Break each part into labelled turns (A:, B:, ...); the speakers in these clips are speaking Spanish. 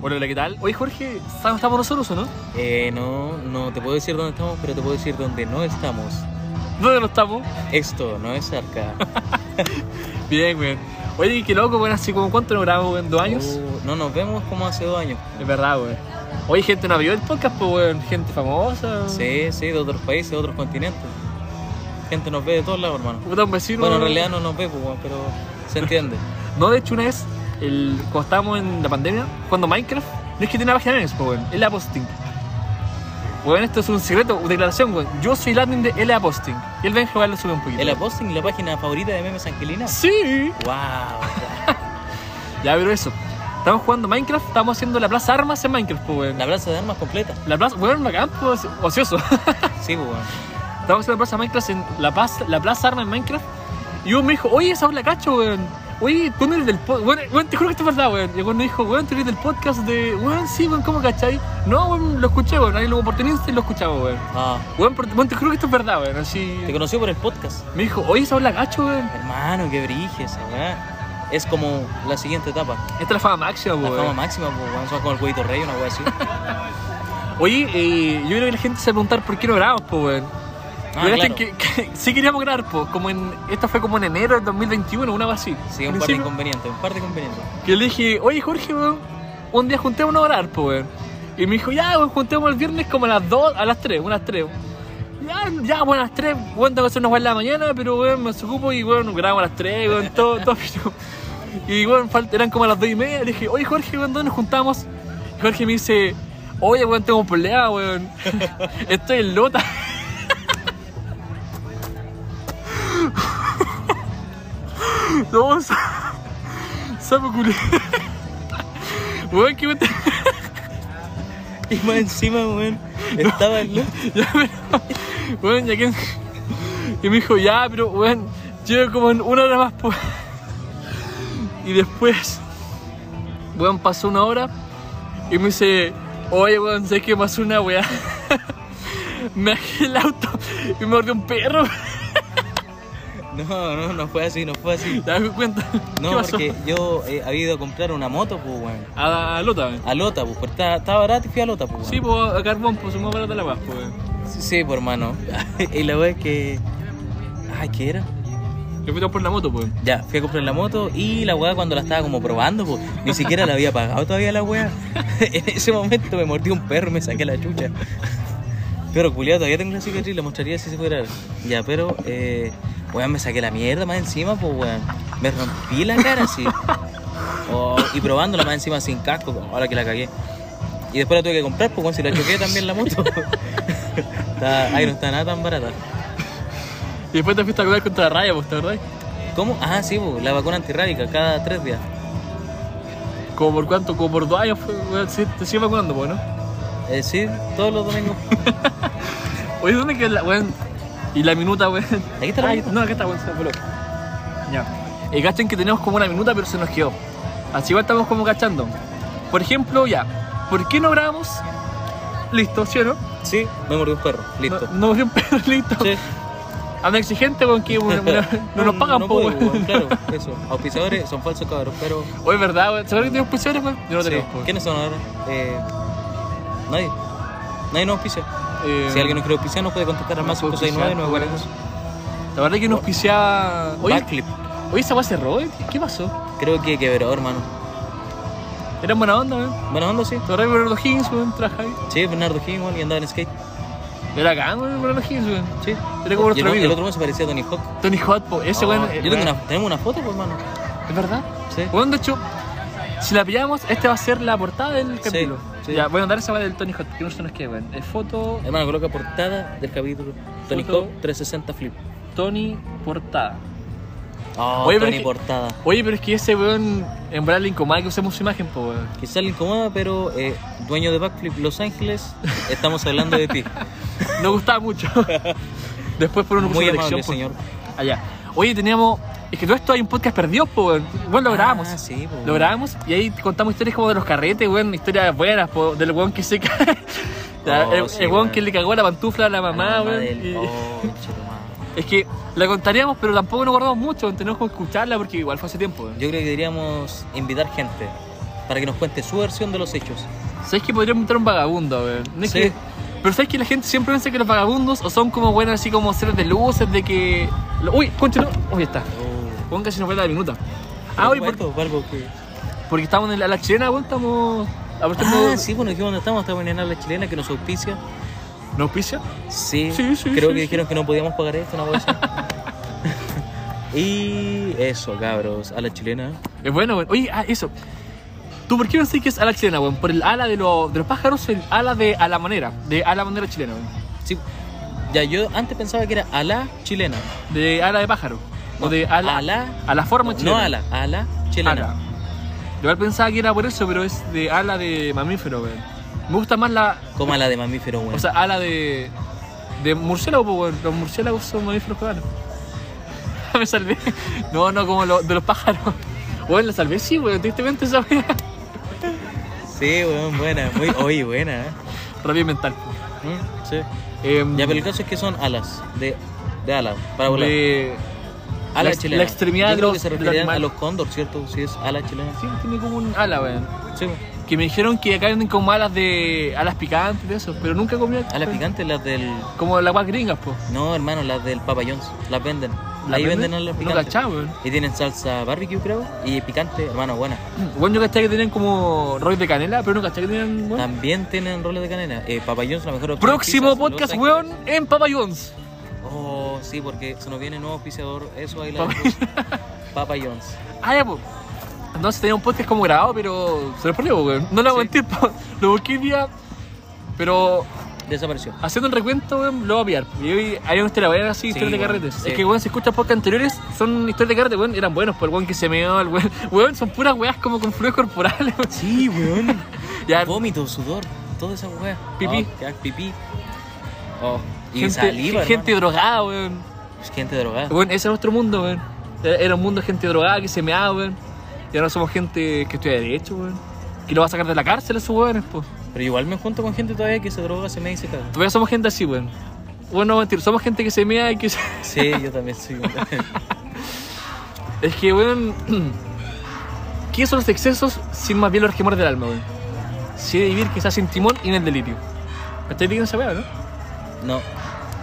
A: Bueno, hola, ¿qué tal? Oye, Jorge, ¿sabes dónde estamos nosotros o no?
B: Eh, no, no te puedo decir dónde estamos, pero te puedo decir dónde no estamos.
A: ¿Dónde no estamos?
B: Esto no es arca.
A: Bien, weón. Oye, qué loco, weón, así como cuánto nos grabamos, weón, dos años.
B: Oh, no nos vemos como hace dos años.
A: Es verdad, weón. Oye, gente no vio el podcast, pues, weón, gente famosa.
B: Sí, sí, de otros países, de otros continentes. Gente nos ve de todos lados, hermano.
A: Puta, un vecino.
B: Bueno, en
A: weón.
B: realidad no nos ve, pues, weón, pero se entiende.
A: No, de hecho, una vez, el, cuando estábamos en la pandemia, cuando Minecraft, no es que tiene una página en eso, weón, LA Posting. Weón, esto es un secreto, declaración, weón. Yo soy el admin de LA Posting. Y el Benja igual lo sube un poquito.
B: El posting, la página favorita de memes angelinas.
A: Sí.
B: Wow.
A: Ya, pero eso. Estamos jugando Minecraft, estamos haciendo la plaza armas en Minecraft, pues, weón.
B: La plaza de armas completa.
A: La plaza, weón, bacán, pues, ocioso.
B: Sí, pues, weón.
A: Estábamos haciendo la plaza Minecraft en la plaza, la plaza arma en Minecraft. Y uno me dijo, oye, esa la cacho, weón. Oye, tú no eres del podcast. Weón, weón, te juro que esto es verdad, weón. Y cuando dijo, weón, tú eres del podcast de. Weón, sí, weón, ¿cómo cachai? No, weón, lo escuché, weón. Ahí lo oportuné y lo escuchaba, weón.
B: Ah,
A: Weón, por- weón, te juro que esto es verdad, weón.
B: te
A: Así.
B: conoció por el podcast.
A: Me dijo, oye, esa la cacho, weón.
B: Hermano, qué brige esa weá. Es como la siguiente etapa.
A: Esta es la fama máxima,
B: La
A: pues,
B: fama
A: weón.
B: máxima, pues, weón. Son como el huevito rey, una weá así.
A: Oye, eh, yo creo que la gente se va a preguntar por qué no grabamos, pues, weón.
B: Ah,
A: Lo que
B: claro.
A: pasa es que, que sí queríamos grabar, po, como en, esto fue como en enero del 2021, una cosa así.
B: Sí,
A: Al
B: un par de
A: principio,
B: inconvenientes, un par de inconvenientes.
A: Que le dije, oye Jorge, weón, un día juntémonos a grabar, po, weón. Y me dijo, ya, weón, juntémonos el viernes como a las 2, a las 3, unas 3. Ya, ya, bueno, a las 3, weón, tengo que hacer unas weas en la mañana, pero weón, me ocupo y weón, grabamos a las 3, weón, todo, todo. filo. Y weón, fal- eran como a las 2 y media, le dije, oye Jorge, weón, ¿dónde nos juntamos? Y Jorge me dice, oye, weón, tengo un problema, weón. Estoy en lota. No, sa- sapo culé. Weón, qué weón.
B: Y más encima, weón, estaba el
A: Ya, pero. Weón, ya que. Y me dijo, ya, pero weón, llevo como en una hora más. po". Y después, weón, pasó una hora y me dice, oye, weón, sé que pasó una weá. Me bajé el auto y me mordió un perro.
B: No, no, no fue así, no fue así.
A: ¿Te das cuenta? ¿Qué
B: No,
A: pasó?
B: porque yo eh, había ido a comprar una moto, pues, weón.
A: A, a Lota, weón.
B: A Lota, pues, porque estaba, estaba barata y fui a Lota, pues, weón.
A: Sí, pues a Carbón, pues sumó barata la paz, pues. weón.
B: Sí, sí, pues, hermano. y la weá es que. Ay, ¿qué era?
A: Le fuimos por la moto, pues.
B: Ya, fui a comprar la moto y la weá cuando la estaba como probando, pues, ni siquiera la había pagado todavía la weá. en ese momento me mordió un perro y me saqué la chucha. Pero culiado, todavía tengo la cicatriz, la mostraría si se fuera. Ya, pero, eh, weón, me saqué la mierda más encima, pues weón. Me rompí la cara así. Oh, y probándola más encima sin casco, pues, ahora que la cagué. Y después la tuve que comprar, pues weón, si la choqué también la moto. Está- ay, no está nada tan barata.
A: Y después te fuiste a jugar contra la raya, pues, ¿te acordás?
B: ¿Cómo? Ah, sí, pues, la vacuna antirrábica cada tres días.
A: Como por cuánto, como por dos años, fue, weón, sí, te sigue vacunando, pues, ¿no?
B: Eh, sí, todos los domingos.
A: Oye, ¿dónde queda la, weón? Y la minuta, weón.
B: Aquí está la
A: Ay,
B: minuta.
A: No, acá está, weón, se me voló. Ya. Y cachen que tenemos como una minuta, pero se nos quedó. Así igual estamos como cachando. Por ejemplo, ya. ¿Por qué no grabamos? Listo, ¿sí o no?
B: Sí, me mordió un perro, listo.
A: No, no, siempre, listo.
B: Sí.
A: Anda exigente, weón, que una- una- no nos pagan,
B: no
A: po,
B: puedo,
A: weón.
B: weón, Claro, eso. Auspiciadores son falsos cabros, pero.
A: Oye, ¿verdad, weón? ¿Sabes que tenemos pulseras, weón? Yo no
B: sí.
A: tenemos, po.
B: ¿Quiénes son ahora? Eh, nadie. Nadie nos auspicia.
A: Eh,
B: Si alguien nos quiere auspiciar, nos puede contactar al
A: no
B: más
A: puedo
B: 569
A: auspiciar, pues,
B: 940
A: La verdad es que nos auspiciaba. Oye,
B: Backclip.
A: oye, esa weá cerró, eh. ¿Qué pasó?
B: Creo que quebró, hermano.
A: Era buena onda, weón.
B: Buena onda, sí.
A: Te acordás de Bernardo Higgins, weón, trabaja ahí.
B: Sí, Bernardo Higgins, weón, y andaba en skate.
A: Era acá, weón, Bernardo Higgins, weón.
B: Sí.
A: Era como
B: Y el,
A: nuestro
B: el
A: amigo.
B: otro weón se parecía a Tony Hawk.
A: Tony Hawk, po, ese
B: Oh,
A: weón. eh,
B: Yo tengo
A: weón,
B: una, tenemos una foto, pues, hermano.
A: ¿Es verdad?
B: Sí.
A: Weón, de hecho, si la pillamos, esta va a ser la portada del capítulo.
B: sí.
A: Ya, voy a mandar esa weá del Tony Hawk, que no sé nos qué, weón. Es foto
B: Hermano, coloca portada del capítulo Tony
A: Foto.
B: Hawk 360 Flip.
A: Tony Portada.
B: Oh,
A: Oye, pero
B: Tony
A: que-
B: portada.
A: Oye, pero es que ese weón, en verdad le incomoda que usemos su imagen, po, weón.
B: Quizás le incomoda, pero eh, dueño de Backflip Los Ángeles, estamos hablando de ti.
A: Nos gustaba mucho. Después por un curso
B: Muy
A: de
B: amable,
A: elección, po.
B: señor.
A: pues. Allá. Oye, teníamos. Es que todo esto hay un podcast perdido, po, weón. Weón, lo
B: Ah,
A: grabamos.
B: sí, po,
A: Lo
B: weón.
A: grabamos y ahí contamos historias como de los carretes, weón, historias buenas, po, del weón que se cae.
B: Oh,
A: el,
B: sí,
A: el weón
B: weón.
A: que le cagó la pantufla a la
B: A la
A: mamá, weón.
B: del-
A: y-
B: Oh, chetumá.
A: Es que la contaríamos, pero tampoco nos guardamos mucho, tenemos que escucharla porque igual fue hace tiempo, weón.
B: Yo creo que deberíamos invitar gente. para que nos cuente su versión de los hechos.
A: ¿Sabes que podríamos entrar un vagabundo, weón? No es
B: Sí.
A: que- Pero ¿sabes que la gente siempre piensa que los vagabundos o son como, bueno, así como seres de luces, de que... lo- Uy, continúa. Uy, está.
B: Oh.
A: Weón, casi nos fue la minuta. Ah, uy, por-
B: ¿Cuánto, Valvo, que-
A: porque estamos en la, la chilena, weón, estamos...
B: Ah,
A: apostando-
B: sí, bueno, dijimos dónde estamos, estamos en la chilena que nos auspicia.
A: ¿No auspicia?
B: Sí,
A: Sí, sí, sí,
B: creo que
A: sí.
B: dijeron que no podíamos pagar esto, una cosa. y eso, cabros, a la chilena.
A: Es bueno, weón. Oye, ah, eso. ¿Tú por qué pensás que es ala chilena, weón? ¿Por el ala de, los de los pájaros el ala de a la manera? De a la manera chilena, weón.
B: Sí, ya yo antes pensaba que era a la chilena.
A: De ala de pájaro. o de ala...
B: a la-
A: A la forma
B: No,
A: chilena.
B: a la, a la
A: Ala.
B: chilena.
A: Yo igual pensaba que era por eso, pero es de ala de mamífero, weón. Me gusta más la.
B: Como a la de mamífero, weón.
A: O sea, ala de. de murciélago, po, weón. Los murciélagos son mamíferos peruanos. Me salvé. No, no, como lo- de los pájaros. Weón, la salvé, sí, weón. Tristemente esa wea.
B: sí, weón, buena. Muy, oye, buena, ¿eh?
A: Rabia mental.
B: Mm, Sí.
A: Eh,
B: Ya, pero el caso es que son alas, de, de ala, para volar.
A: de-
B: ala
A: la-
B: chilena.
A: la extremidad
B: Yo creo
A: de
B: que
A: los-
B: se
A: de los
B: referían a
A: animales.
B: los cóndor, ¿cierto? Si es ala chilena.
A: Sí, tiene como un ala, weón.
B: Sí,
A: Que me dijeron que acá venden como alas de. alas picantes y de eso, pero nunca comí.
B: alas picantes, las del
A: Como las guas gringas, po.
B: No, hermano, las del Papa John's, las venden.
A: ¿La
B: Ahí venden a las
A: No
B: picantes.
A: cachaba, weón.
B: y tienen salsa barbecue, creo, y picante, hermano, buena.
A: Bueno, yo caché que tenían como rollos de canela, pero no caché que tenían. weón.
B: También tienen roles de canela. Eh, Papa John's, la mejor opción.
A: Próximo
B: Pizzas,
A: podcast,
B: Los
A: weón,
B: Ángeles.
A: en Papa John's.
B: Oh, sí, porque se nos viene nuevo auspiciador. Eso ahí la
A: Papa-
B: dejo. Papa John's.
A: Ah, ya, pues. Entonces tenía un podcast como grabado, pero se lo perdió, weón. No lo
B: Sí.
A: aguanté, po. lo busqué hoy día. Pero
B: Desapareció.
A: haciendo el recuento, weón, lo voy a pillar. Y hoy hay una historia buena, así,
B: Sí,
A: historias de
B: weón,
A: carretes.
B: sí.
A: Es que, weón, si escuchas podcasts anteriores, son historias de carretes, weón, eran buenos, por el weón que se meó, el weón. Weón, son puras weas como con fluidos corporales, weón.
B: Sí, weón.
A: Ya,
B: Vómito, sudor, toda esa weá.
A: Pipí.
B: Oh, qué- pipí. Oh, y
A: gente,
B: saliva,
A: gente
B: hermano.
A: drogada, weón.
B: Gente drogada.
A: Bueno, ese es nuestro mundo, weón. Era un mundo de gente drogada que se meaba, weón. Y ahora somos gente que estudia Derecho, weón. Que lo va a sacar de la cárcel a esos weones, po.
B: Pero igual me junto con gente todavía que se droga, se me dice caga.
A: Todavía somos gente así, weón. Bueno, no mentir, somos gente que se mea y que se...
B: Sí, yo también soy. un-
A: Es que, weón... ¿Qué son los excesos sin más bien los resquemores del alma, weón? Si he de vivir quizás sin timón y en el delirio. ¿Me estáis diciendo esa weá, no?
B: No,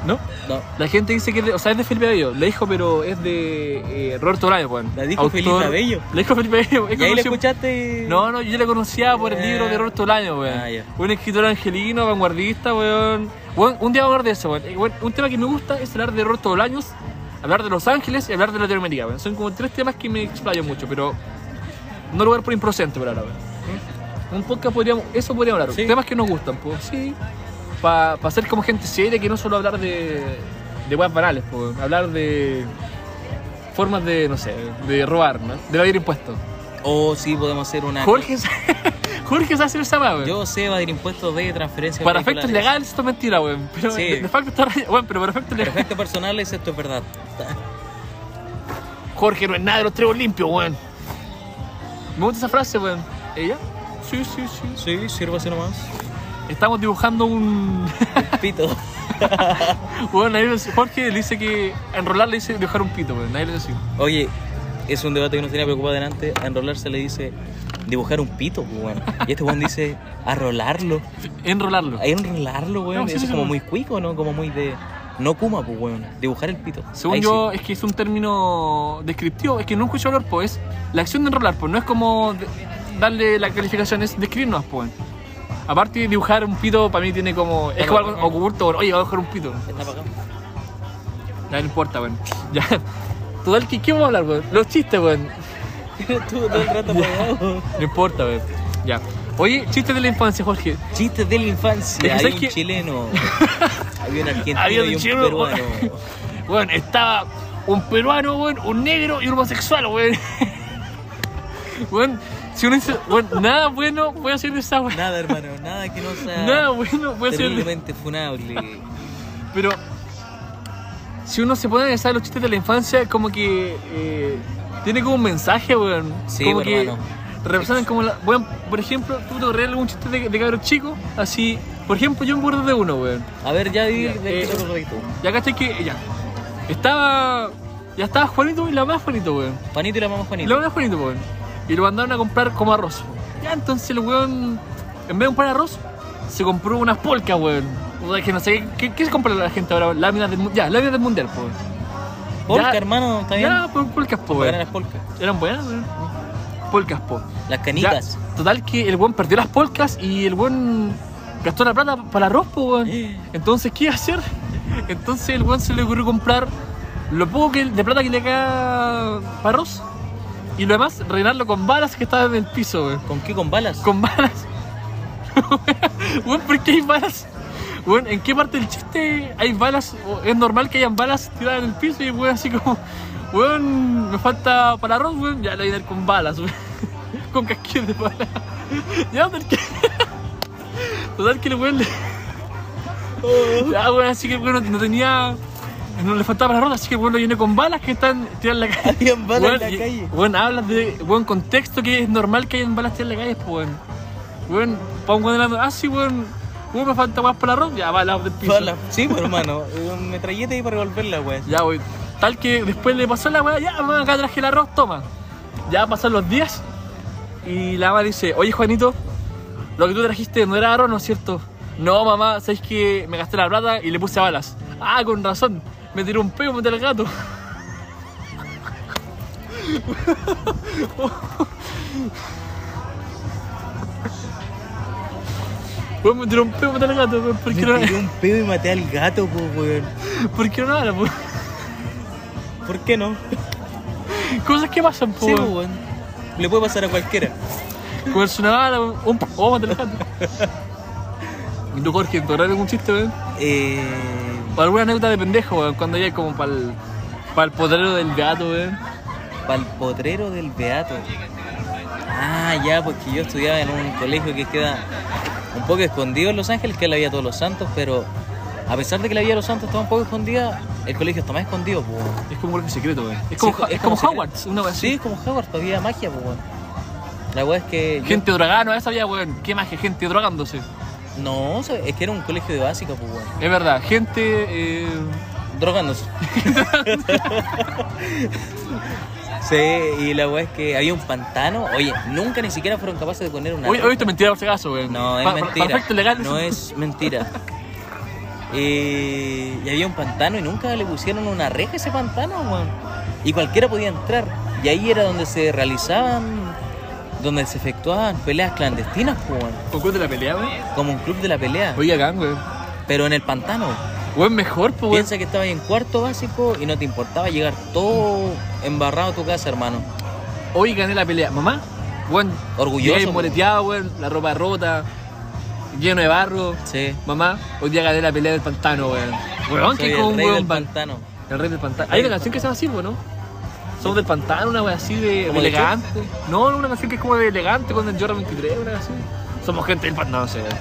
A: ¿No?
B: no.
A: La gente dice que... es de- O sea, es de Felipe Bello. Lo dijo, pero es de eh, Roberto Bravo, weón.
B: La dijo
A: Autor-
B: Felipe Abello.
A: La dijo Felipe Bello. Es
B: ¿Y ahí le
A: conocido-
B: escuchaste?
A: No, no, yo la conocía por el
B: Eh.
A: libro de Roberto Bolaño, weón.
B: Ah, ya.
A: Un escritor angelino, vanguardista, weón. Weón, un día vamos a hablar de eso, weón. Eh, weón, Un tema que me gusta es hablar de Roberto Bolaños, hablar de Los Ángeles y hablar de Latinoamérica, weón. Son como tres temas que me explayo mucho, pero no lugar por improcedente por ahora, weón. Un podcast podríamos, eso podríamos hablar,
B: Sí.
A: temas que nos gustan, pues, sí. Para ser como gente seria que no solo hablar de, de weas banales, pues, hablar de formas de, no sé, de robar, ¿no? De evadir impuestos.
B: O Oh, sí podemos hacer una.
A: Jorge, sa- Jorge sabe hacer esa weá, weón.
B: Yo sé evadir impuestos de transferencia.
A: Para efectos legales esto es mentira, weón. Pero
B: Sí.
A: de, de facto está raya- weón, pero para efectos
B: Para
A: legales.
B: efectos personales, esto es verdad.
A: Jorge no es nada de los trevos limpios, weón. Me gusta esa frase, weón. ¿Ella? Sí, sí, sí.
B: Sí, sirva así nomás.
A: Estamos dibujando un.
B: Pito.
A: weón, nadie lo- Jorge le dice que. Enrolar le dice dibujar un pito, weón. Nadie le dice.
B: Oye, es un debate que nos tenía preocupado delante. A enrolar se le dice dibujar un pito, weón. Y este weón dice arrolarlo.
A: Enrolarlo.
B: A enrolarlo, weón.
A: No, sí,
B: Eso
A: sí,
B: es como
A: sí.
B: muy cuico, ¿no? Como muy de. No kuma, pues, weón. Dibujar el pito.
A: Según
B: Ahí
A: yo, es que es un término descriptivo. Es que no escucho hablar, pues. La acción de enrolar, pues. No es como de- darle la calificación, es describirnos, pues. Aparte, de dibujar un pito para mí tiene como. Es como algo oculto. Oye, voy a dibujar un pito.
B: Sí. Está apagado.
A: Ya no importa, weón. Ya. Total, ¿qué, ¿qué vamos a hablar, weón? Los chistes, weón.
B: Estuvo todo el rato apagado.
A: No importa, weón. Ya. Oye, chistes de la infancia, Jorge.
B: Chistes de la
A: Es que
B: infancia. Había
A: sabes
B: un
A: que-
B: chileno. Había un argentino
A: Había un
B: y un
A: chileno,
B: peruano.
A: Weón, estaba un peruano, weón, un negro y un homosexual, weón. Weón, si uno dice, weón, nada bueno, voy a hacer de esa, weón.
B: Nada, hermano. Nada que no sea
A: Nada bueno, voy a hacer de
B: terriblemente funable.
A: Pero si uno se pone a pensar los chistes de la infancia, como que eh, tiene como un mensaje, weón.
B: Sí,
A: como
B: bueno,
A: que
B: hermano.
A: representan como la. Weón, por ejemplo, tú te reías algún chiste de, de cabros chicos, así. Por ejemplo, yo me acuerdo de uno, weón.
B: A ver, ya di.
A: Ya,
B: de-
A: eh, Ya caché que. Ya. Estaba. Ya estaba Juanito y la mamá de Juanito, weón.
B: Juanito y la mamá
A: Y la
B: Juanito.
A: mamá de Juanito, weón. Y lo mandaron a comprar como arroz. weón. Ya, entonces el weón, en vez de comprar arroz, se compró unas polcas, weón. O sea, que no sé, ¿qué, qué se compra la gente ahora? Láminas del, mu- ya, láminas del mundial, po, weón.
B: Polka,
A: Ya.
B: hermano, está bien.
A: Ya, por polcas, po,
B: Pagar
A: weón.
B: las polcas.
A: Eran buenas, weón. Polcas, po.
B: Las
A: Ya,
B: canicas.
A: total que el weón perdió las polcas y el weón gastó la plata para el arroz, po, weón.
B: Eh.
A: Entonces, ¿qué iba a hacer? Entonces el weón se le ocurrió comprar lo poco que, de plata que le queda para arroz y lo demás rellenarlo con balas que estaban en el piso, weón.
B: ¿Con qué? ¿Con balas?
A: Con balas. weón, ¿por qué hay balas? Weón, ¿en qué parte del chiste hay balas? O Es normal que hayan balas tiradas en el piso y el weón así como, weón, me falta para arroz, weón, ya le voy a dar con balas, weón. con casquillos de balas. ya, porque... Total que el weón le... Ya, weón, así que el weón no tenía... No le faltaba para arroz, así que el weón lo llené con balas que están tiradas en la calle.
B: Habían balas
A: Weón,
B: en la
A: y-
B: calle.
A: Weón, hablas de buen contexto que es normal que hayan balas tiradas en la calle, pues, weón. Weón, pa' un weón hablando, ah, sí, weón, weón, me falta más para el arroz, ya, balas del piso.
B: Balas. Sí, pues, hermano. eh, Metralleta ahí para revolverla, weón.
A: Ya, weón. Tal que después le pasó la weá, ya, mamá, acá traje el arroz, toma. Ya pasan los días y la mamá dice, oye, Juanito, lo que tú trajiste no era arroz, ¿no es cierto? No, mamá, sabes que me gasté la plata y le puse balas. Ah, con razón, me tiró un peo, me tiró el gato. Weón, me tiró un peo, me tiró el gato, weón, ¿por qué no,
B: Me tiré un pedo y maté al gato, po, weón.
A: ¿por qué no habla, po?
B: ¿Por qué no?
A: Cosas que pasan, po,
B: Sí,
A: weón.
B: po, weón. Le puede pasar a cualquiera.
A: Comerse una bala, un un- oh, mate la gato. Y tú, Jorge, ¿te acordás de algún chiste, weón?
B: Eh,
A: O alguna anécdota de pendejo, weón, cuando ya como para el, para el potrero del gato, weón.
B: pa'l potrero del Beato. Ah, ya, porque yo estudiaba en un colegio que queda un poco escondido en Los Ángeles, que es la Vía Todos los Santos, pero a pesar de que la Vía de los Santos estaba un poco escondida, el colegio está más escondido, po, weón.
A: Es como un colegio secreto, weón. Es como,
B: Sí,
A: Ha- es como
B: secre-
A: Hogwarts, una weón.
B: Sí, es como Howard, todavía magia, po, weón. La weá es que. yo-
A: Gente drogada, no esa había, weón. Qué más que gente drogándose.
B: No, es que era un colegio de básica, po, weón.
A: Es verdad, gente. eh,
B: drogándose. sí, y la weá es que había un pantano. Oye, nunca ni siquiera fueron capaces de poner una.
A: Hoy, hoy esto es mentira por si acaso, weón.
B: No, es
A: Pa- pa-
B: mentira.
A: Perfecto, legal.
B: No es mentira. Eh, y había un pantano y nunca le pusieron una reja a ese pantano, weón. Y cualquiera podía entrar. Y ahí era donde se realizaban, donde se efectuaban peleas clandestinas, po, weón.
A: ¿Con cuál de la pelea, weón?
B: Como un club de la pelea,
A: Oye, acá, weón.
B: pero en el pantano.
A: Weón, mejor, pues, weón.
B: Piensa que estabas en cuarto básico y no te importaba llegar todo embarrado a tu casa, hermano.
A: Hoy gané la pelea. Mamá, weón.
B: Orgulloso,
A: llegué
B: po.
A: moreteado, weón. La ropa rota, lleno de barro.
B: Sí.
A: Mamá, hoy día gané la pelea del pantano, weón. Weón,
B: Soy
A: que
B: el
A: como un
B: rey del
A: weón pan-
B: pantano.
A: El rey del pantano. Hay una canción que se llama así, weón, ¿no? Somos del pantano, una weón así de,
B: ¿Como
A: de
B: de Chus?
A: elegante. No, no, una canción que es como de elegante con el Jordan 23, una weá así. Somos gente del pantano, no sé. weón.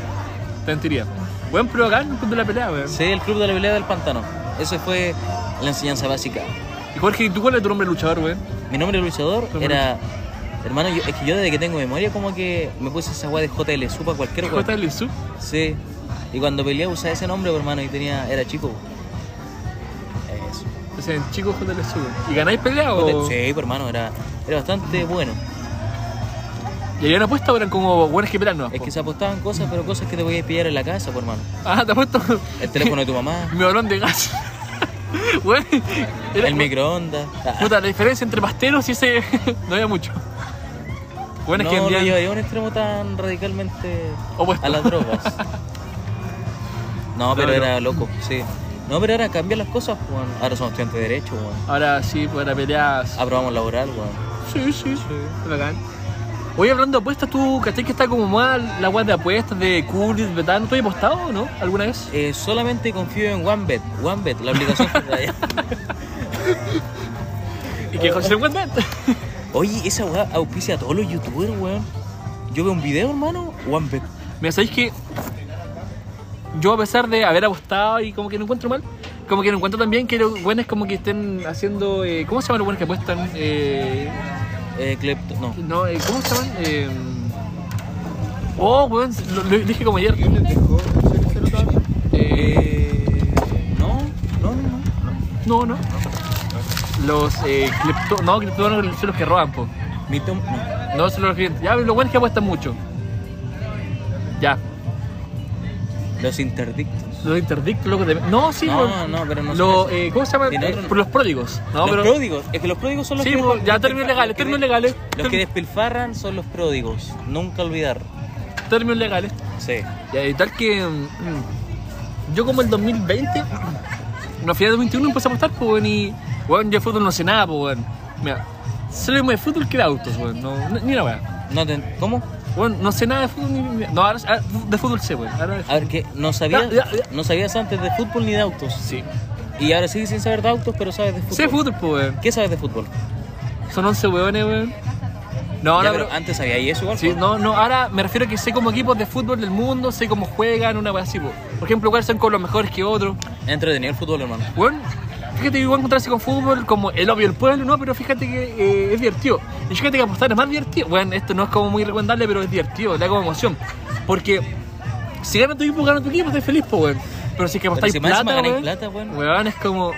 A: Te mentiría. Weón, pero acá no encuentro la pelea, weón.
B: Sí, el club de la pelea del pantano. Eso fue la enseñanza básica.
A: Y Jorge, ¿y tú cuál es tu nombre de luchador, weón?
B: Mi nombre de luchador
A: Pero
B: era... Hermano, yo- es que yo desde que tengo memoria como que me puse esa weá de JL Supa cualquier weá.
A: J. Lizú.
B: Sí. Y cuando peleaba usaba ese nombre, pues, hermano, y tenía... Era chico. pues. Eso.
A: Entonces, chico J. Lizú, weón. ¿Y ganáis pelea o.?
B: Sí, pues, hermano, era, era bastante bueno.
A: ¿Y había una apuesta o eran como buenas que pelean, no?
B: Es que se apostaban cosas, pero cosas que te voy a pillar en la casa, pues, hermano.
A: Ah, te apuesto.
B: El teléfono de tu mamá,
A: Mi balón de gas. weón. era-
B: el microondas. Ah,
A: Puta, la diferencia entre pasteros y ese no había mucho. Bueno,
B: no
A: es que
B: lo
A: vendían-
B: llevaría a un extremo tan radicalmente
A: Opuesto.
B: a las drogas. No, pero
A: No, no.
B: era loco, sí. No, pero ahora cambian las cosas, weón. Ahora somos estudiantes de Derecho, weón.
A: Ahora sí, pues ahora peleas.
B: Aprobamos laboral, weón.
A: Sí, sí, sí. Bacán. Oye, hablando de apuestas, tú, ¿cachai que está como mal la web de apuestas de Curtis, Betano? ¿Tú has apostado o no? ¿Alguna vez?
B: Eh, solamente confío en OneBet. OneBet, la aplicación que trae.
A: ¿Y
B: Eh,
A: qué José Wendet?
B: Oye, esa weá auspicia a todos los youtubers, weón. Yo veo un video, hermano, OneBet.
A: Mira, sabéis que yo, a pesar de haber apostado y como que no encuentro mal, como que no encuentro también que los buenos como que estén haciendo. eh, ¿Cómo se llaman los buenos que apuestan? Eh,
B: Eh, Clepto, no.
A: No, eh, ¿cómo se llaman? Eh, oh, weón, lo, lo dije como ayer. Eh,
B: No, no, no, no.
A: no, no. Los eh, clepto, no, clepto no son los que roban, po.
B: Mitom- no.
A: No, se los clientes. Ya, lo bueno es que apuestan mucho. Ya.
B: Los interdictos.
A: Los interdictos, loco. De... No, sí,
B: No,
A: lo-
B: no, pero no
A: lo,
B: son
A: eh, ¿Cómo se llama?
B: Tiene otro
A: Eh,
B: nombre.
A: por los pródigos. No,
B: los
A: pero.
B: pródigos, es que los pródigos son los
A: Sí,
B: que.
A: pues, ya, términos
B: despilfarran-
A: legales,
B: los que
A: términos
B: de-
A: legales,
B: Los que
A: términos-
B: despilfarran son los pródigos, nunca olvidar.
A: Términos legales.
B: Sí.
A: Ya, Y tal que. mm, Yo, como el 2020, una final de 21 empecé a apostar, pues, weón, y. Weón, yo de fútbol no sé nada, pues, weón. Mira, solo me de fútbol que de autos, weón. No, ni- ni una weá.
B: No te- ¿Cómo?
A: Weón, no sé nada de fútbol ni. ni- No, ahora ahora de fútbol sé, weón. Ahora de
B: A ver, que no sabías,
A: Ya, ya, ya.
B: no sabías antes de fútbol ni de autos.
A: Sí.
B: Y ahora sigues sin saber de autos, pero sabes de fútbol.
A: Sé fútbol, pues, weón.
B: ¿Qué sabes de fútbol?
A: Son 11 weones, weón. No,
B: Ya,
A: no,
B: pero
A: pero.
B: antes sabía y eso igual.
A: Sí,
B: po.
A: no, no, ahora me refiero a que sé como equipos de fútbol del mundo, sé cómo juegan, una weá así, po. Por ejemplo, cuáles son con los mejores que otros.
B: Entretenido el fútbol, hermano.
A: Bueno, fíjate que igual encontrarse con fútbol como el obvio del pueblo, ¿no? Pero fíjate que eh, es divertido. Y fíjate que apostar es más divertido. Bueno, esto no es como muy recomendable, pero es divertido, le hago emoción. Porque si gana tu equipo, gana tu equipo, estoy feliz, pues, weón. Pero si es que
B: Pero
A: apostáis
B: si más
A: plata,
B: encima ganáis
A: weón,
B: plata, weón.
A: weón, es como...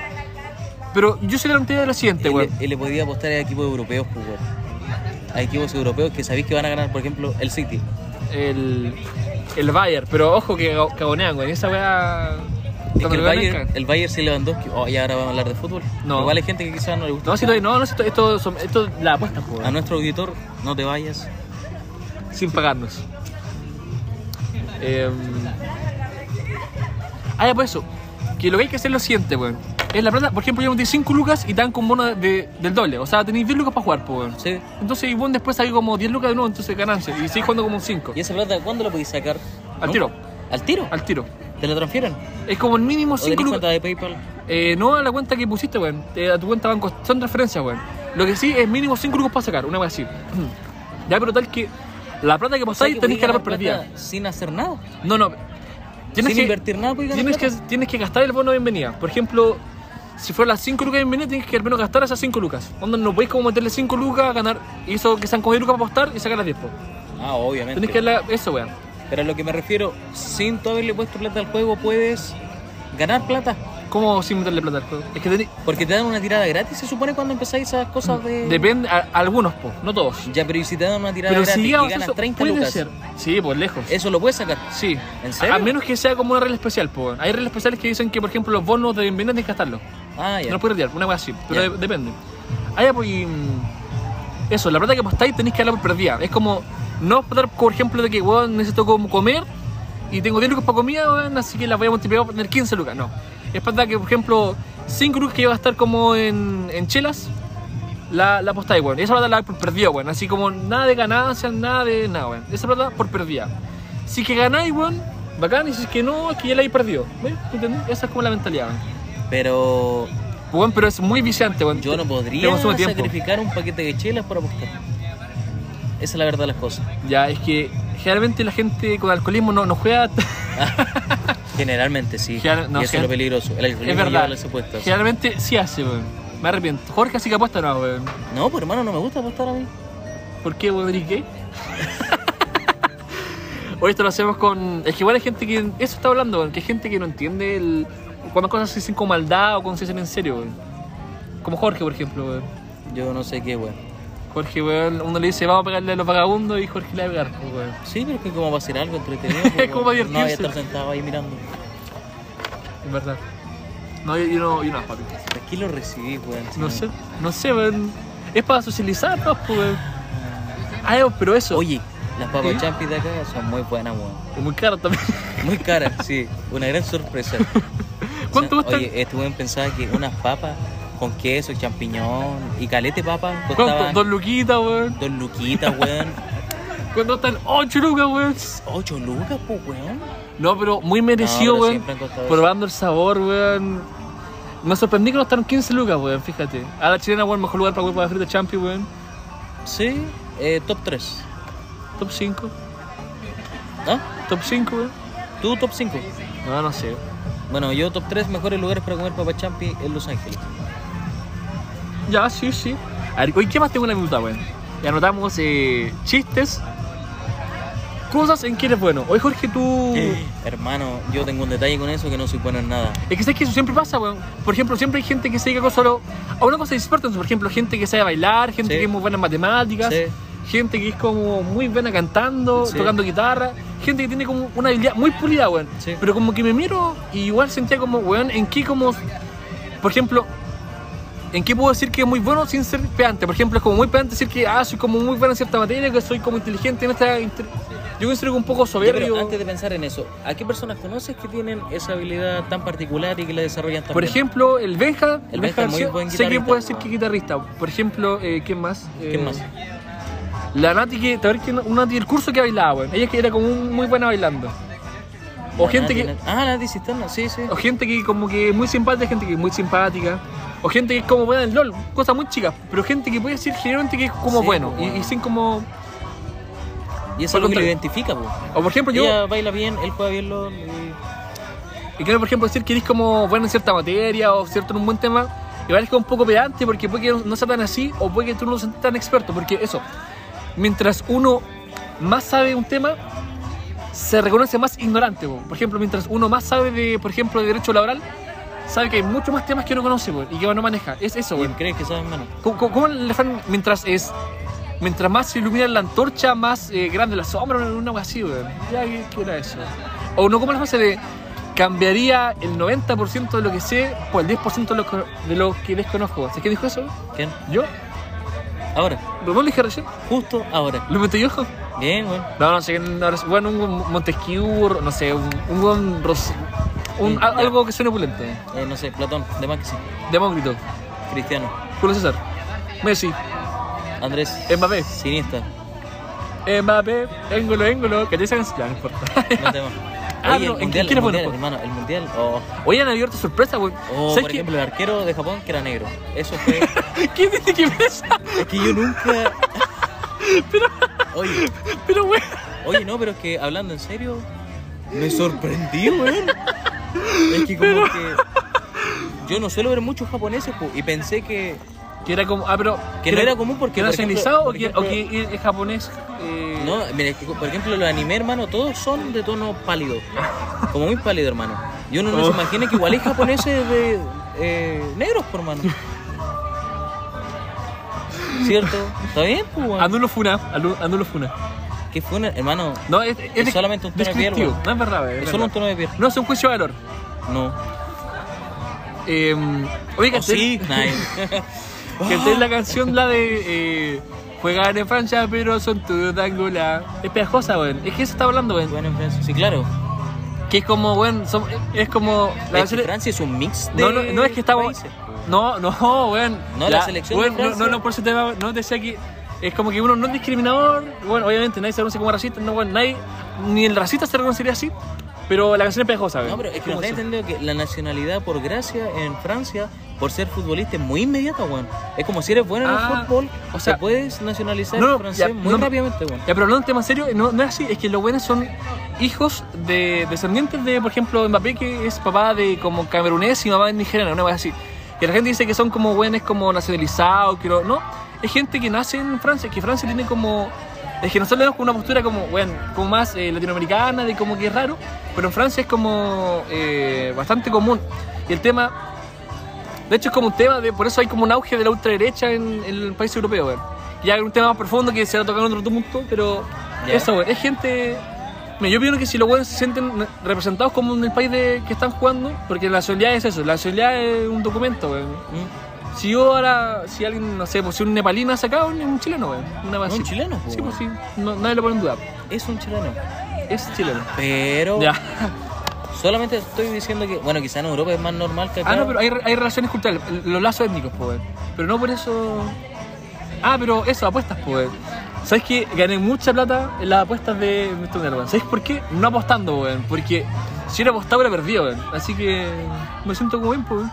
A: Pero yo soy la idea de lo siguiente,
B: Y le,
A: Este weón.
B: y le podía apostar a equipos europeos, pues, weón. A equipos europeos que sabéis que van a ganar, por ejemplo, el City.
A: el, el Bayern, pero ojo que ga- cagonean, güey. Esa weá.
B: Es
A: cuando
B: que el
A: le ganan,
B: Bayern,
A: cagan.
B: el Bayern sí Lewandowski. Oh, ya ahora vamos a hablar de fútbol.
A: No.
B: Igual hay gente que quizás no le gusta.
A: No, si todavía- no, no, si to- esto, son- esto la apuesta, pues,
B: A nuestro auditor, no te vayas. Ah.
A: sin pagarnos. Eh, ah, ya, pues eso. Que lo que hay que hacer es lo siguiente, weón. Es la plata, por ejemplo, yo metí 5 lucas y te dan con bono de- de- del doble. O sea, tenéis 10 lucas para jugar, pues, weón.
B: Sí.
A: Entonces, y vos después sale como 10 lucas de nuevo, entonces ganancia. Y seguís jugando como 5.
B: ¿Y esa plata cuándo la podéis sacar?
A: Al
B: ¿No?
A: tiro.
B: ¿Al tiro?
A: Al tiro.
B: ¿Te la transfieren?
A: Es como el mínimo
B: ¿O tenés
A: 5 lucas.
B: cuenta de PayPal?
A: Eh, no a la cuenta que pusiste, weón. Eh, a tu cuenta banco. Son referencias, weón. Lo que sí es mínimo 5 lucas para sacar, una vez así. ya, pero tal que la plata que
B: sea
A: pasáis tenéis
B: podéis
A: que la
B: ganar
A: perdida.
B: plata Sin hacer nada.
A: No, no. Tienes
B: sin
A: que,
B: invertir nada, podéis ganar
A: tienes, que,
B: plata.
A: tienes que gastar el bono de bienvenida. Por ejemplo, si fueran las 5 lucas de bienvenida, tienes que al menos gastar esas 5 lucas. Onda, no podéis como meterle 5 lucas, ganar. Y eso que sean con 10 lucas para apostar y sacar las 10. po.
B: Ah, obviamente.
A: Tenéis que la, eso, weón.
B: Pero a lo que me refiero, sin tú haberle puesto plata al juego, puedes ganar plata.
A: ¿Cómo sin meterle plata al juego? Es que tenéis.
B: Porque te dan una tirada gratis, se supone, cuando empezáis esas cosas de.
A: Depende, a- algunos, po, no todos.
B: Ya, pero ¿y si te dan una tirada
A: Pero
B: gratis
A: si
B: y
A: llegamos a
B: ganas
A: eso,
B: 30
A: puede
B: lucas,
A: ser. Sí, pues lejos.
B: eso lo puedes sacar.
A: Sí.
B: ¿En serio?
A: A menos que sea como una regla especial, po. weón. Hay reglas especiales que dicen que, por ejemplo, los bonos de bienvenida tienes que gastarlos.
B: Ah, ya.
A: No los puedes retirar, una cosa así. Pero
B: Ya.
A: de- depende. Ah, ya, pues. y, mm, Eso, la plata que apostáis tenéis que darla por perdida. Es como no apostar, por ejemplo, de que, weón, necesito como comer y tengo 10 lucas para comida, weón, así que las voy a multiplicar por tener 15 lucas. No. Es plata que, por ejemplo, 5 lucas que yo a gastar como en, en chelas, la, la apostáis, weón. Esa plata la dais por perdida, weón. Así como nada de ganancias, nada de nada, weón. Esa plata por perdida. Si es que ganáis, weón, bacán, y si es que no, es que ya la habéis perdido. ¿Ves? ¿Entendés? Esa es como la mentalidad, weón.
B: Pero
A: Weón, pero es muy viciante, weón.
B: yo no
A: Te
B: podría
A: consume tiempo.
B: sacrificar un paquete de chelas por apostar. Esa es la verdad de las cosas.
A: Ya, es que generalmente la gente con alcoholismo no, no juega.
B: Generalmente sí.
A: General- no,
B: y eso
A: gen-
B: es lo peligroso. El alcoholismo
A: es verdad.
B: lleva las apuestas.
A: Generalmente sí hace, weón. Me arrepiento. Jorge así que apuesta no, weón.
B: No, pues hermano, no me gusta apostar a mí.
A: ¿Por qué, weón? ¿Y qué? Hoy esto lo hacemos con. Es que igual hay gente que. Eso está hablando, weón. Que hay gente que no entiende el. Cuando cosas se dicen con maldad o cuando se dicen en serio, weón. Como Jorge, por ejemplo, weón.
B: Yo no sé qué, weón.
A: Jorge, weón, uno le dice, vamos a pegarle a los vagabundos y Jorge le va a pegar, pues, weón.
B: Sí, pero es que como va a ser algo entretenido. pues,
A: Es como para
B: weón. No voy a
A: divertirse.
B: estar sentado ahí mirando.
A: En verdad. No, yo, yo no, yo no, papi.
B: ¿Por qué lo recibí, weón? Si
A: No sé, no sé, weón. Es para socializar, ¿no? Pues, weón. Ah, ya, pero eso.
B: Oye, las papas
A: ¿Sí?
B: champis de acá son muy buenas, weón.
A: Es muy caro también.
B: Muy caras, sí. Una gran sorpresa.
A: ¿Cuánto
B: gusta?
A: cuestan?
B: Oye, este weón pensaba que unas papas con queso, champiñón y calete papas
A: ¿Cuánto?
B: costaban
A: Dos
B: dos,
A: luquitas, weón.
B: luquitas, weón.
A: ¿Cuánto están? Ocho lucas, weón.
B: Ocho lucas, pues, weón.
A: No, pero muy merecido,
B: No, pero
A: weón.
B: siempre han costado eso.
A: Probando el sabor, weón. Me sorprendí que costaron 15 lucas, weón, fíjate. A la chilena, weón, mejor lugar para papas fritas champi, weón.
B: Sí, eh, top 3.
A: Top 5.
B: ¿No?
A: Top 5, weón.
B: ¿Ah? ¿Tú top 5?
A: No, no sé.
B: Bueno, yo top 3 mejores lugares para comer papas champi en Los Ángeles.
A: Ya, sí, sí. A ver, oye, ¿qué más tengo en la minuta, weón? Y anotamos eh, chistes, cosas en que eres bueno. Oye, Jorge, tú.
B: Eh, Hermano, yo tengo un detalle con eso que no soy bueno en nada.
A: Es que sabes que eso siempre pasa, weón. Por ejemplo, siempre hay gente que se dedica a cosas solo- a una cosa experta. Por ejemplo, gente que sabe bailar, gente
B: Sí.
A: que es muy buena en matemáticas,
B: Sí.
A: gente que es como muy buena cantando,
B: Sí.
A: tocando guitarra, gente que tiene como una habilidad muy pulida, weón.
B: Sí.
A: Pero como que me miro y igual sentía como, weón, en qué como, por ejemplo, en qué puedo decir que es muy bueno sin ser pedante. Por ejemplo, es como muy pedante decir que, ah, soy como muy bueno en cierta materia, que soy como inteligente en esta... inter- Yo considero que un poco
B: Ya,
A: soberbio.
B: pero antes de pensar en eso, ¿a qué personas conoces que tienen esa habilidad tan particular y que la desarrollan tan
A: Por
B: bien?
A: ejemplo, el Benja,
B: El Benja es muy
A: García,
B: buen
A: sé que
B: guitarrista.
A: puede ser que guitarrista. Por ejemplo, eh, ¿quién más? Eh,
B: ¿Quién más?
A: La Nati, que, te acuerdas que una Nati del curso que bailaba, weón. Ella que era como un- muy buena bailando. O
B: La
A: gente
B: Nati,
A: que
B: la- Ah, Nati Cisterna, sí, sí.
A: o gente que como que es muy simpática, gente que es muy simpática. O gente que es como buena en LOL, cosas muy chicas. Pero gente que puede decir generalmente que es como
B: Sí,
A: bueno.
B: pues,
A: Y,
B: bueno.
A: y sin como...
B: Y eso
A: por
B: es lo que lo
A: contrario.
B: identifica, po.
A: O por ejemplo, yo...
B: Ella baila bien, él juega bien LOL. y-
A: Y quiero, por ejemplo, decir que eres como bueno en cierta materia o cierto en un buen tema, igual es como un poco pedante porque puede que no sea tan así o puede que tú no lo sientas tan experto, porque eso, mientras uno más sabe un tema, se reconoce más ignorante. po. Por ejemplo, mientras uno más sabe de, por ejemplo, de derecho laboral, sabe que hay muchos más temas que no conoce po, y que no maneja. Es eso,
B: ¿Y
A: weón.
B: crees que saben menos?
A: ¿Cómo, cómo- cómo le fan mientras es... Mientras más se ilumina la antorcha, más eh, grande la sombra, una una wea así, weón. Ya, ¿qué, qué era eso? O no como la frase de cambiaría el 90% de lo que sé por el 10% de lo, que- de lo que desconozco. ¿Sabes quién dijo eso?
B: ¿Quién?
A: ¿Yo?
B: Ahora,
A: ¿No lo dije recién?
B: justo ahora.
A: ¿Lo metí yo?
B: Bien, weón.
A: No, no sé quién. ahora sí, Bueno, un buen Montesquieu, no sé, un, un buen Ros- un- a- algo que suene opulento.
B: Eh, no sé, Platón, de más que sí.
A: Demócrito,
B: Cristiano,
A: Julio César, Messi,
B: Andrés.
A: Mbappé.
B: Siniestra,
A: Eh, Mbappé, Éngolo, Éngolo, que te dicen, ya no importa.
B: no te más.
A: Ah,
B: Oye,
A: pero, ¿en
B: el
A: qué
B: mundial, el
A: quieres poner,
B: mundial,
A: pues?
B: hermano, el mundial. Oh,
A: Oye, han abierto sorpresa, güey.
B: oh,
A: ¿Sabes
B: por
A: qué?
B: ejemplo, el arquero de Japón que era negro. Eso fue.
A: ¿Quién dice que pesa?
B: es que yo nunca. Oye,
A: Pero, güey.
B: oye, no, pero es que hablando en serio, me sorprendí, weón. Es que como que. Yo no suelo ver muchos japoneses, po, y pensé que.
A: Que era como. Ah, pero.
B: Que no era común porque,
A: ¿Que era
B: por ejemplo,
A: nacionalizado o
B: por
A: que, o
B: ejemplo-
A: que es japonés? Eh,
B: No, mira, es que, por ejemplo, los anime, hermano, todos son de tono pálido. Como muy pálido, hermano. Y uno no se
A: Oh.
B: imagina que igual hay japoneses de eh, negros, por hermano. ¿Cierto? ¿Está bien? Pues, weón?
A: Anulo Funa. alu- Anulo Funa.
B: Que fue una- hermano,
A: No, es,
B: Es
A: de-
B: solamente un tono de piel,
A: descriptivo.
B: güey.
A: No es verdad, güey.
B: es
A: es
B: solo un
A: verdad.
B: tono de piel.
A: No, es un juicio de valor.
B: No.
A: Eh, oye,
B: ¿O
A: ¿canté-
B: Oh, sí? Nadie.
A: canté la canción, la de. Eh, Juegan en Francia, pero son tu tangola. Es pegajosa, güey. Es que eso está hablando, güey.
B: Bueno, en Francia. Sí, claro.
A: Que es como, güey. son- Es como. la
B: Es que
A: canción es-
B: Francia es un mix de
A: No, no, no es que estaba.
B: países.
A: No, no, weón.
B: No, la selección de
A: weón, no,
B: Francia.
A: no, no, por ese tema, no decía que. Es como que uno no es discriminador. Bueno, obviamente nadie se reconoce como racista, no, weón, nadie. Ni el racista se reconocería así. Pero la canción es pegajosa, weón.
B: No, pero es que
A: Como
B: nos está
A: eso.
B: entendido que la nacionalidad por gracia en Francia, por ser futbolista, es muy inmediata, weón. Es como si eres bueno en
A: Ah,
B: el fútbol,
A: o
B: o
A: sea,
B: sea, puedes nacionalizar
A: no, no,
B: francés
A: ya,
B: muy
A: no,
B: rápidamente, weón.
A: Ya, pero no, un tema serio, no, no es así. Es que los buenos son hijos de descendientes de, por ejemplo, Mbappé, que es papá de como camerunés y mamá de nigeriana, una vez así. Que la gente dice que son como buenos, como nacionalizados, que no. No, es gente que nace en Francia, que Francia tiene como. Es que nosotros tenemos como una postura como, bueno, como más eh, latinoamericana, de como que es raro, pero en Francia es como eh, bastante común. Y el tema. De hecho, es como un tema de. Por eso hay como un auge de la ultraderecha en, en el país europeo, weón. Ya es un tema más profundo que se va a tocar en otro punto, pero.
B: Ya.
A: Eso, weón. Es gente. Mira, yo pienso que si los weones se sienten representados como en el país de, que están jugando, porque la nacionalidad es eso, la nacionalidad es un documento, weón.
B: Mm,
A: Si yo ahora, si alguien, no sé, pues si un nepalí nace acá, un, un chileno, weón. Una
B: Un
A: base.
B: chileno, po,
A: Sí, pues
B: weón.
A: sí, no- nadie lo pone en duda.
B: Es un chileno.
A: Es chileno.
B: Pero
A: Ya.
B: solamente estoy diciendo que, bueno, quizá en Europa es más normal que acá.
A: Ah, no, pero hay, hay relaciones culturales, los lazos étnicos, pues. Pero no por eso. Ah, pero eso, apuestas, pues. ¿Sabes qué? Gané mucha plata en las apuestas de Mr. Mundial, weón. ¿Sabes por qué? No apostando, weón. Porque si hubiera apostado, hubiera perdido, weón. Así que me siento como bien, pues. weón.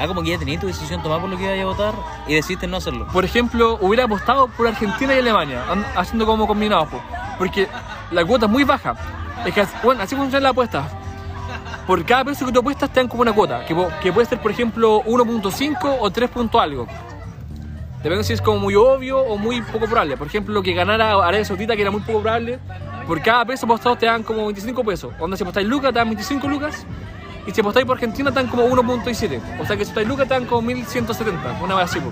B: Ah, como que ya tenías tu decisión tomada por lo que ibas a votar y decidiste no hacerlo.
A: Por ejemplo, hubiera apostado por Argentina y Alemania, an- haciendo como combinados, po. porque la cuota es muy baja. Es que, bueno, así funcionan las apuestas. Por cada peso que tú apuestas te dan como una cuota, que, po- que puede ser, por ejemplo, 1.5 o 3 punto algo. Depende si es como muy obvio o muy poco probable. Por ejemplo, que ganara Arabia Saudita, que era muy poco probable, por cada peso apostado te dan como 25 pesos. Onda, si apostáis lucas, te dan 25 lucas. Y si apostáis por Argentina, te dan como 1.17. O sea que si apostáis lucas, te dan como 1.170. Una vez así, po.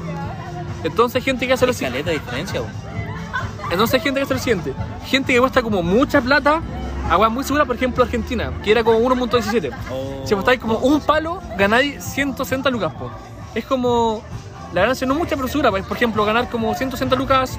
A: Entonces, gente que hace lo
B: Es
A: siguiente.
B: caleta de diferencia, weón.
A: Entonces hay gente que hace lo siguiente. Gente que cuesta como mucha plata, agua muy segura, por ejemplo, Argentina, que era como 1.17.
B: Oh.
A: Si apostáis como un palo, ganáis 160 lucas, po. Es como... La ganancia no es mucha, pero segura. pues, Por ejemplo, ganar como 160 lucas,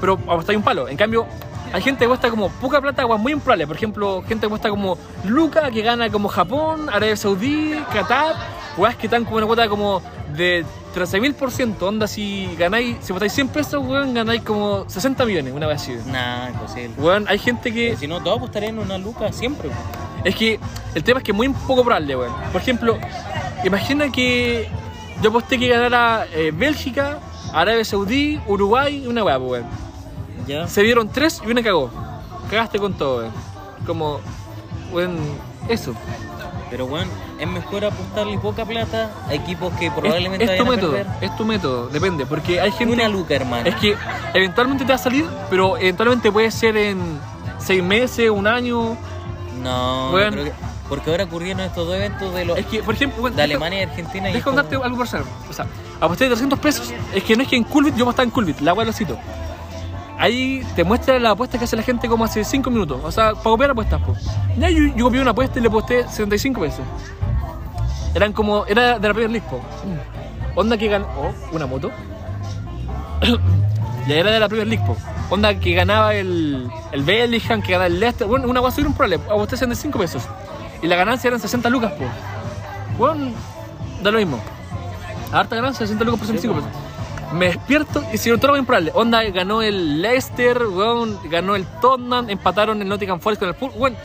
A: pero apostáis un palo. En cambio, hay gente que cuesta como poca plata, agua muy improbable. Por ejemplo, gente que cuesta como Luca, que gana como Japón, Arabia Saudí, Qatar. Weas que están como una cuota como de 13.000%. Onda, si ganáis, si apostáis 100 pesos, weón, ganáis como 60 millones, una vez así.
B: Nah, imposible.
A: Weón, hay gente que...
B: Si no, todos apostarían en una luca siempre. po.
A: Es que el tema es que es muy poco probable, weón. Por ejemplo, imagina que yo aposté que ganara eh, Bélgica, Arabia Saudí, Uruguay y una weá, pues, weón.
B: Ya.
A: Se dieron tres y una cagó. Cagaste con todo, weón. Como, weón, eso.
B: Pero bueno, es mejor apostarle poca plata a equipos que
A: Es,
B: probablemente
A: es tu
B: vayan a
A: método,
B: perder.
A: es tu método, depende, porque hay gente...
B: Una luca, hermano.
A: Es que eventualmente te va a salir, pero eventualmente puede ser en seis meses, un año.
B: No, no
A: Bueno.
B: creo que- porque ahora ocurrieron estos dos eventos de los
A: Es que, por ejemplo, weón,
B: de Alemania y Argentina. y es
A: Deja
B: como-
A: contarte algo personal. O sea, aposté 300 pesos. Es que no es que en Culbit, yo apostaba en Culbit, la agua lo cito. Ahí te muestra la apuesta que hace la gente como hace 5 minutos. O sea, para copiar apuestas, po. Ya yo, yo copié una apuesta y le aposté 75 pesos. Eran como. Era de la Premier League, po. Onda que ganó. Oh, una moto. ya era de la Premier League, po. Onda que ganaba el. El Bellingham, que ganaba el Leicester. Bueno, una guasa era un problema. Aposté 75 pesos. Y la ganancia eran 60 lucas, po. Bueno, da lo mismo. Harta ganancia, 60 lucas por 65 pesos. Me despierto y si no todo lo improbable. Onda ganó el Leicester, weón, ganó el Tottenham, empataron el Nottingham Forest con el Pool. Weón,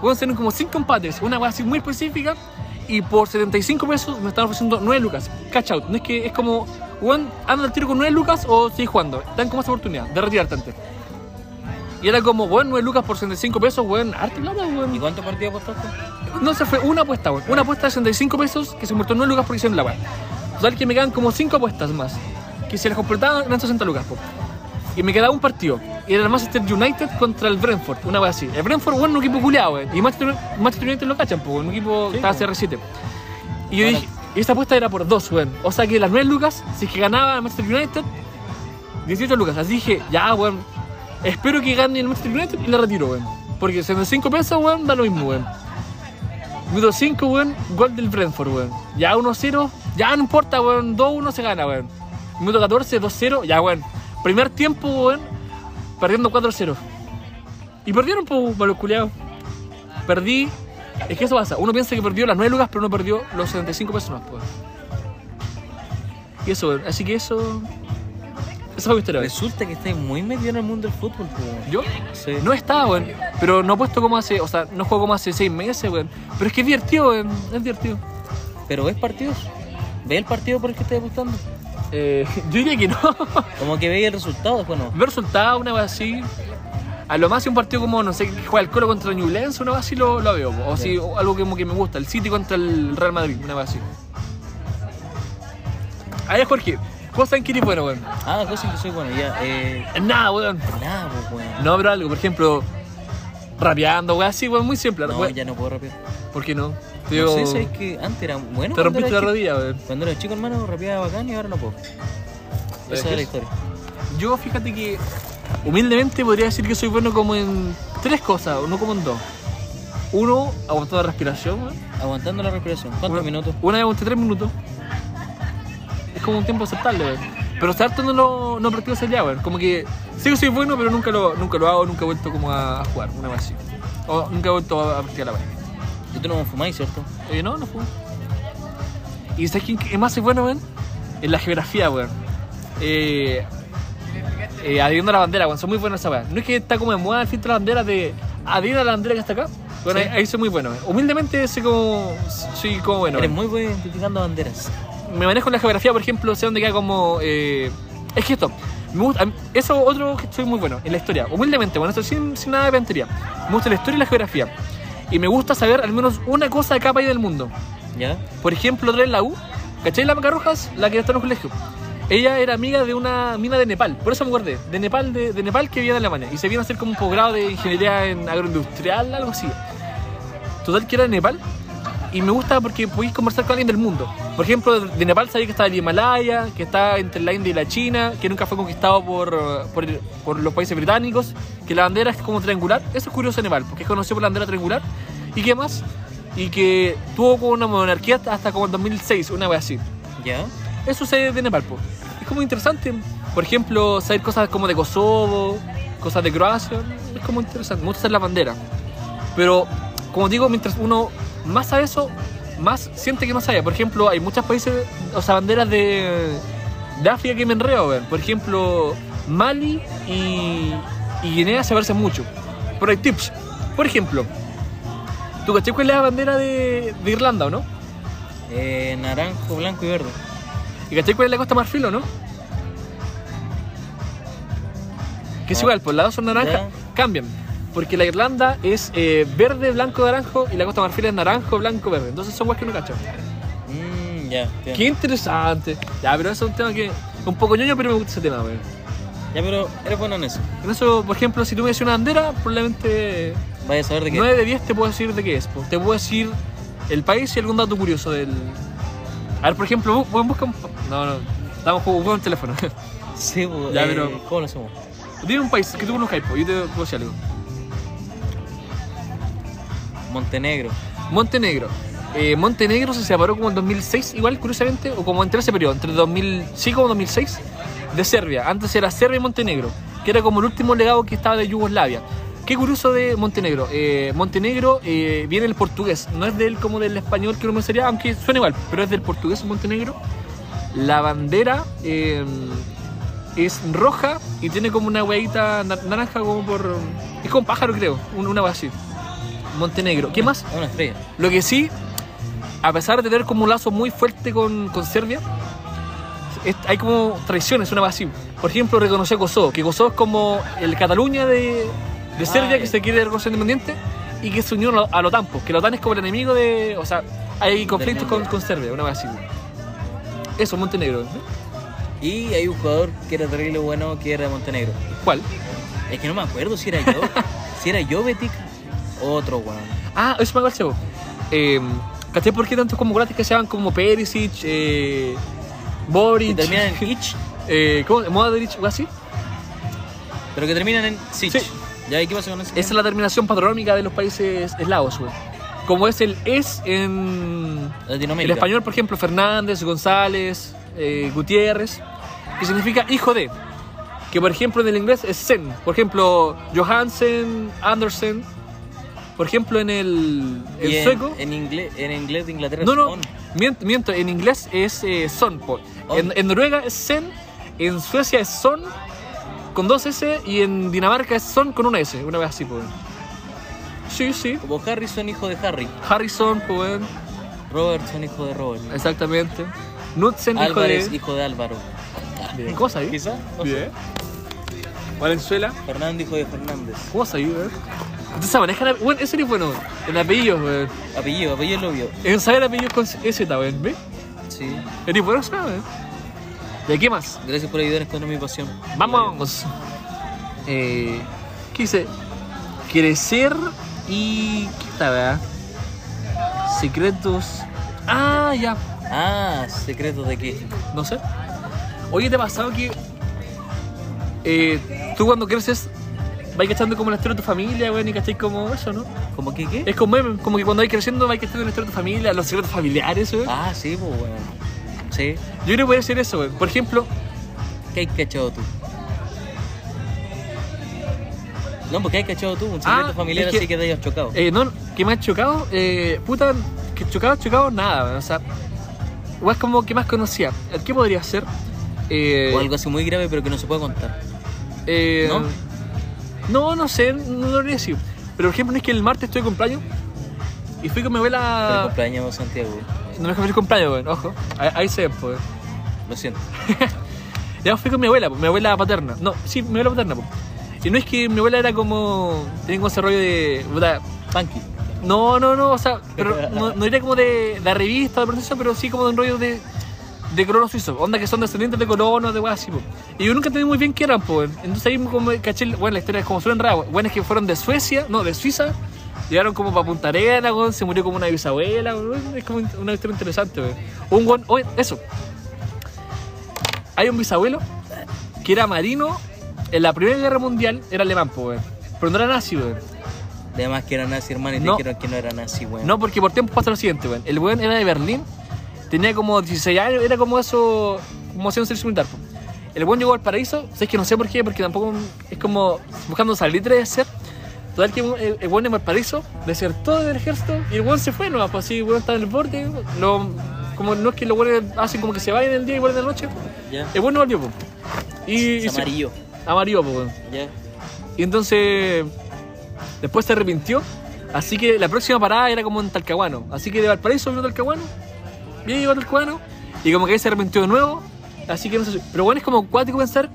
A: weón, hicieron como 5 empates, una weá así muy específica. Y por 75 pesos me están ofreciendo 9 lucas. Catch out. No es que es como, weón, anda al tiro con 9 lucas o sigue jugando. Dan como esa oportunidad de retirarte antes. Y era como, weón, 9 lucas por 65 pesos, weón, harta plata, weón.
B: ¿Y cuántos partidos apostaste?
A: No, se fue una apuesta, weón. Una apuesta de 65 pesos que se convirtió en 9 lucas por hicieron la weá. Total que me quedan como 5 apuestas más. Que si las completaban eran 60 lucas, po. Y me quedaba un partido. Y era el Manchester United contra el Brentford. Una weá así. El Brentford, bueno, un equipo culiado, weón. Y Manchester, Manchester United lo cachan, po, weón. Un equipo
B: Sí,
A: estaba
B: po.
A: CR7. Y yo
B: Ahora-
A: dije, y esta apuesta era por 2, weón. O sea que las 9 lucas, si es que ganaba el Manchester United, 18 lucas. Así dije, ya, weón. Espero que gane el Manchester United y la retiro, weón. Porque 65 pesos, weón, da lo mismo, weón. Minuto 5, weón, gol del Brentford, weón. Ya 1-0, ya no importa, weón, 2-1 se gana, weón. Minuto 14, 2-0, ya, weón. Primer tiempo, weón, perdiendo 4-0. Y perdieron, pues, malos culiados. Perdí. Es que eso pasa. Uno piensa que perdió las 9 lucas, pero no perdió los 75 pesos más, pues. Y eso, weón. Así que eso. Esa fue mi historia, weón.
B: Resulta que estáis muy metido en el mundo del fútbol. po.
A: Yo eh,
B: Sí.
A: no estaba, weón. Pero no he puesto como hace. O sea, no juego como hace 6 meses, weón. Pero es que es divertido, weón. Es divertido.
B: Pero ves partidos. Ve el partido por el que estás apostando.
A: Eh, yo diría que no.
B: Como que veis el resultado después no.
A: Ver resultado, una vez así. A lo más si un partido como, no sé, que juega el Colo contra el Newlands, una vez así lo, lo veo. po. O si o algo como que me gusta, el City contra el Real Madrid, una vez así. A ver, Jorge, ¿cómo saben que eres bueno, weón?
B: Ah, cosas que soy bueno ya. Eh,
A: En Nada, weón.
B: nada, pues bueno.
A: No, pero algo, por ejemplo, rapeando, weón, así, weón, muy simple.
B: No,
A: weón.
B: ya no puedo rapear.
A: ¿Por qué no? Te,
B: No
A: digo,
B: sé, sabes que antes era bueno.
A: te
B: cuando
A: rompiste la
B: era chico.
A: rodilla, weón.
B: Cuando era chico, hermano, rapeaba bacán y ahora no puedo. Esa es
A: dejes?
B: la historia.
A: Yo fíjate que humildemente podría decir que soy bueno como en tres cosas, no como en dos. Uno, aguantar la respiración. weón.
B: Aguantando la respiración. ¿Cuántos
A: Una-
B: minutos?
A: Una vez aguanté tres minutos. Es como un tiempo aceptable, weón. Pero estar harto no lo no practico ese día, weón. Como que sí que soy bueno, pero nunca lo, nunca lo hago, nunca he vuelto como a, a jugar, una vez así. O nunca he vuelto a, a practicar la weón.
B: Y tú no fumáis, ¿cierto?
A: Eh, no, no fue. ¿Y sabes quién es más soy bueno, weón? En la geografía, weón. Eh, eh, adhiriendo a la bandera, weón. Son muy buenos esa weón. No es que está como de moda el filtro de la bandera de adhirir a la bandera que está acá. Bueno,
B: Sí.
A: ahí, ahí soy muy bueno. weón. Humildemente soy como, soy como bueno.
B: Eres
A: weón.
B: muy bueno identificando banderas.
A: Me manejo en la geografía, por ejemplo, sé dónde queda como... eh, es que esto, me gusta, a mí- eso otro que soy muy bueno, en la historia. Humildemente, bueno, esto sin, sin nada de pentería. Me gusta la historia y la geografía. Y me gusta saber al menos una cosa de cada país del mundo.
B: ¿Ya?
A: Por ejemplo, otra vez la U, ¿cachai? La Maca Rojas, la que está en el colegio. Ella era amiga de una mina de Nepal, por eso me acordé, de Nepal, de, de Nepal que vivía en Alemania. Y se vino a hacer como un posgrado de ingeniería en agroindustrial, algo así. Total que era de Nepal. y me gusta porque podéis conversar con alguien del mundo. Por ejemplo, de Nepal sabéis que está el Himalaya, que está entre la India y la China, que nunca fue conquistado por, eh, por, el- por los países británicos, que la bandera es como triangular. Eso es curioso de Nepal, porque es conocido por la bandera triangular. ¿Y qué más? Y que tuvo como una monarquía hasta- hasta como el 2006, una vez así.
B: ¿Ya?
A: Eso se de Nepal, po. Es como interesante. Por ejemplo, saber cosas como de Kosovo, cosas de Croacia. Es como interesante. Me gusta hacer la bandera. Pero, como digo, mientras uno más sabe eso, más siente que más sabe. Por ejemplo, hay muchos países, o sea, banderas de, de África que me enredo, weón. Por ejemplo, Mali y, y Guinea se parecen mucho. Pero hay tips. Por ejemplo, ¿tú caché cuál es la bandera de, de Irlanda o no?
B: Eh, naranjo, blanco y verde.
A: ¿Y cachai cuál es la Costa Marfil o no? Que es
B: Ah.
A: igual, por las dos son naranja,
B: Ya.
A: cambian. Porque la Irlanda es eh, verde, blanco, naranjo y la Costa Marfil es naranjo, blanco, verde. Entonces son guas que uno cacha.
B: Mmm, ya. entiendo.
A: Qué interesante. Ya, pero eso es un tema que. Un poco ñoño, pero me gusta ese tema, weón.
B: Ya, pero eres bueno en eso.
A: En eso, por ejemplo, si tú me dices una bandera, probablemente
B: Vaya a saber de qué.
A: 9 de 10 te puedo decir de qué es. po. Te puedo decir el país y algún dato curioso del. A ver, por ejemplo, bu- busca un. No, no. Estamos jugando un teléfono.
B: Sí, pues,
A: Ya,
B: eh,
A: pero-
B: ¿Cómo lo hacemos?
A: Dime un país que tú conozcas, po, yo te puedo decir algo.
B: Montenegro.
A: Montenegro. Eh, Montenegro se separó como en 2006, igual, curiosamente, o como entre ese periodo, entre 2005 o 2006, de Serbia. Antes era Serbia y Montenegro, que era como el último legado que estaba de Yugoslavia. Qué curioso de Montenegro. Eh, Montenegro eh, viene del portugués, no es del como del español que uno pensaría, aunque suena igual, pero es del portugués Montenegro. La bandera eh, es roja y tiene como una huevita na- naranja como por... Es como un pájaro, creo, un- una hueá así. Montenegro. ¿Qué más?
B: Es Una estrella.
A: Lo que sí, a pesar de tener como un lazo muy fuerte con, con Serbia, es- hay como traiciones, una vacío. Por ejemplo, reconoció a Kosovo, que Kosovo es como el Cataluña de, de Serbia
B: Ah,
A: que
B: ya.
A: se quiere reconocer independiente y que se unió a la- a la OTAN, pues, que la OTAN es como el enemigo de. O sea, hay conflictos con,
B: mundo.
A: con Serbia, una vez así. Eso, Montenegro. ¿no?
B: Y hay un jugador que era terrible bueno que era de Montenegro.
A: ¿Cuál?
B: Es que no me acuerdo si era yo. si era Jovetic o otro weón.
A: Ah, eso me acuerdo. Eh, ¿Cachai por qué tantos como gratis que se llaman como Perisic, eh,
B: Que
A: Boric,
B: terminan en Ich,
A: eh, ¿cómo? Modric, o así?
B: pero que terminan en Sich.
A: Sí.
B: ¿Ya? ¿Y qué pasa con eso?
A: Esa es la terminación patronómica de los países eslavos, güey. Como es el es en el
B: Latinoamérica.
A: español, por ejemplo, Fernández, González, eh, Gutiérrez, que significa hijo de. Que por ejemplo en el inglés es Sen. Por ejemplo, Johansen, Andersen. Por ejemplo, en el, el
B: Y en,
A: sueco.
B: En inglés, en inglés de Inglaterra.
A: No, no,
B: son.
A: miento, miento, en inglés es eh, son. po.
B: On.
A: En, en Noruega es sen, en Suecia es son con dos S y en Dinamarca es son con una S, una vez así, pues. Sí, sí.
B: Como Harrison, hijo de Harry.
A: Harrison, pues,
B: Robertson, hijo de Robert.
A: exactamente. Knudsen, hijo
B: Álvarez,
A: de.
B: hijo de Álvaro.
A: Bien. ¿Cómo sabí?
B: Quizá. no sé.
A: Bien. Valenzuela.
B: Fernando, hijo de Fernández.
A: ¿Cómo sabí, weón? Entonces se manejan. Bueno, ese es bueno. En apellidos, weón.
B: Apellido, apellido lo vio.
A: En saber apellidos con Z, weón. ¿Ves?
B: Sí.
A: Eres bueno, ¿sabes? ¿Y aquí más?
B: Gracias por ayudar a encontrar mi pasión.
A: Vamos. Eh, ¿Qué dice? Crecer y. ¿Qué está, verdad? Secretos. Ah, ya.
B: Ah, secreto de qué.
A: No sé. Oye, ¿te ha pasado que. eh, tú cuando creces. Vais cachando como la historia de tu familia, weón, y cacháis como eso, ¿no?
B: ¿Cómo que qué?
A: Es como, meme, como que cuando vais creciendo vais cachando la historia de tu familia, los secretos familiares, weón.
B: Ah, sí, pues bueno. Sí.
A: Yo creo que puede ser eso, weón. Por ejemplo,
B: ¿Qué has cachado tú? No, porque has cachado tú un secreto
A: Ah,
B: familiar
A: es que-
B: así que te hayas chocado.
A: Eh, no, que me ha chocado, eh, puta, que chocado, chocado, nada, weón, o sea, igual es como que más conocía. ¿Qué podría ser? Eh,
B: o algo así muy grave pero que no se puede contar.
A: eh,
B: ¿no?
A: No, no sé, no lo voy a decir. Pero por ejemplo, es que el martes estoy de cumpleaños y fui con mi
B: Pero
A: abuela.
B: cumpleaños Santiago,
A: No me dejan feliz cumpleaños, weón, ojo, ahí, ahí se ve, pues.
B: lo siento.
A: Ya fui con mi abuela, pues, mi abuela paterna. No, sí, mi abuela paterna, pues. Y no es que mi abuela era como. Tenía como ese rollo de. puta,
B: Funky.
A: No, no, no, o sea, pero no, no era como de la revista, de proceso, pero sí como de un rollo de, de colonos suizos, onda que son descendientes de colonos, de weas así, po. Y yo nunca entendí muy bien qué eran, pues. Entonces ahí como caché, bueno, la historia es como suena raro, bueno, es que fueron de Suecia, no, de Suiza Llegaron como para Punta Arena, weón, se murió como una bisabuela, weón, es como una historia interesante, weón. Un weón, oye, eso. Hay un bisabuelo que era marino en la Primera Guerra Mundial, era alemán, po, weón. Pero no era nazi, weón.
B: Además que era nazi, hermano, y
A: No.
B: te dijeron que no era nazi, weón.
A: No, porque por tiempo pasa lo siguiente, weón. El weón era de Berlín, tenía como 16 años, era como eso, como hacía un servicio militar. po. El weón llegó al paraíso, es que no sé por qué, porque tampoco es como buscando salir de ser. Total que eh, el, el weón llegó al paraíso, desertó del ejército y el weón se fue, no, pues así, el weón está en el borde, lo- como no es que los weones hacen como que se vayan el día y vuelven en la noche.
B: Ya.
A: El weón no volvió, po. Y, y
B: Es
A: se-
B: amarillo.
A: amarillo, po, weón.
B: Ya.
A: Y entonces, después se arrepintió. Así que la próxima parada era como en Talcahuano. Así que de Valparaíso vino a Talcahuano. Y ahí llegó a Talcahuano. Y como que ahí se arrepintió de nuevo. Así que no sé. si- Pero bueno, es como cuático pensar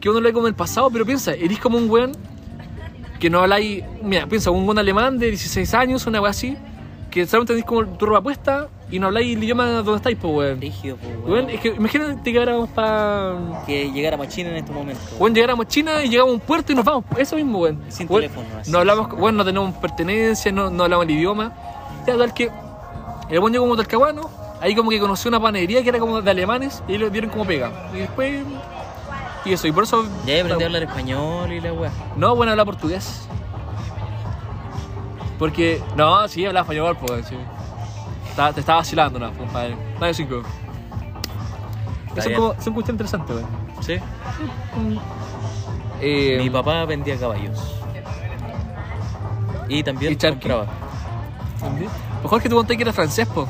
A: que uno lo ve como en el pasado. Pero piensa, eres como un weón que no habláis. Mira, piensa, un buen alemán de 16 años, una wea así. Que solamente tenéis como tu ropa puesta y no habláis el idioma donde estáis, pues weón.
B: Rígido, pues, weón.
A: Weón, es que imagínate que ahora vamos para.
B: Que llegara a China en este estos momentos.
A: Bueno, llegáramos a China y llegamos a un puerto y nos vamos. Eso mismo, weón.
B: Sin
A: Weón,
B: teléfono, así.
A: No hablamos, bueno, no tenemos pertenencia, no, no hablamos el idioma. Ya, tal que el buen llegó como talcahuano, ahí como que conoció una panadería que era como de alemanes y le dieron como pega. Y después. Y eso, y por eso.
B: Ya aprendí a hablar español y la weá.
A: No, bueno, habla portugués. Porque. No, sí, hablaba español, pues. sí. Está- te estaba vacilando, no, compadre. Dale cinco.
B: Está
A: Eso es
B: bien.
A: como, son cuestiones interesantes, weón.
B: Sí.
A: Eh,
B: Mi papá vendía caballos. Y también
A: Y charqui.
B: compraba.
A: ¿Entendí? Pues Jorge, tú contaste que era francés, po.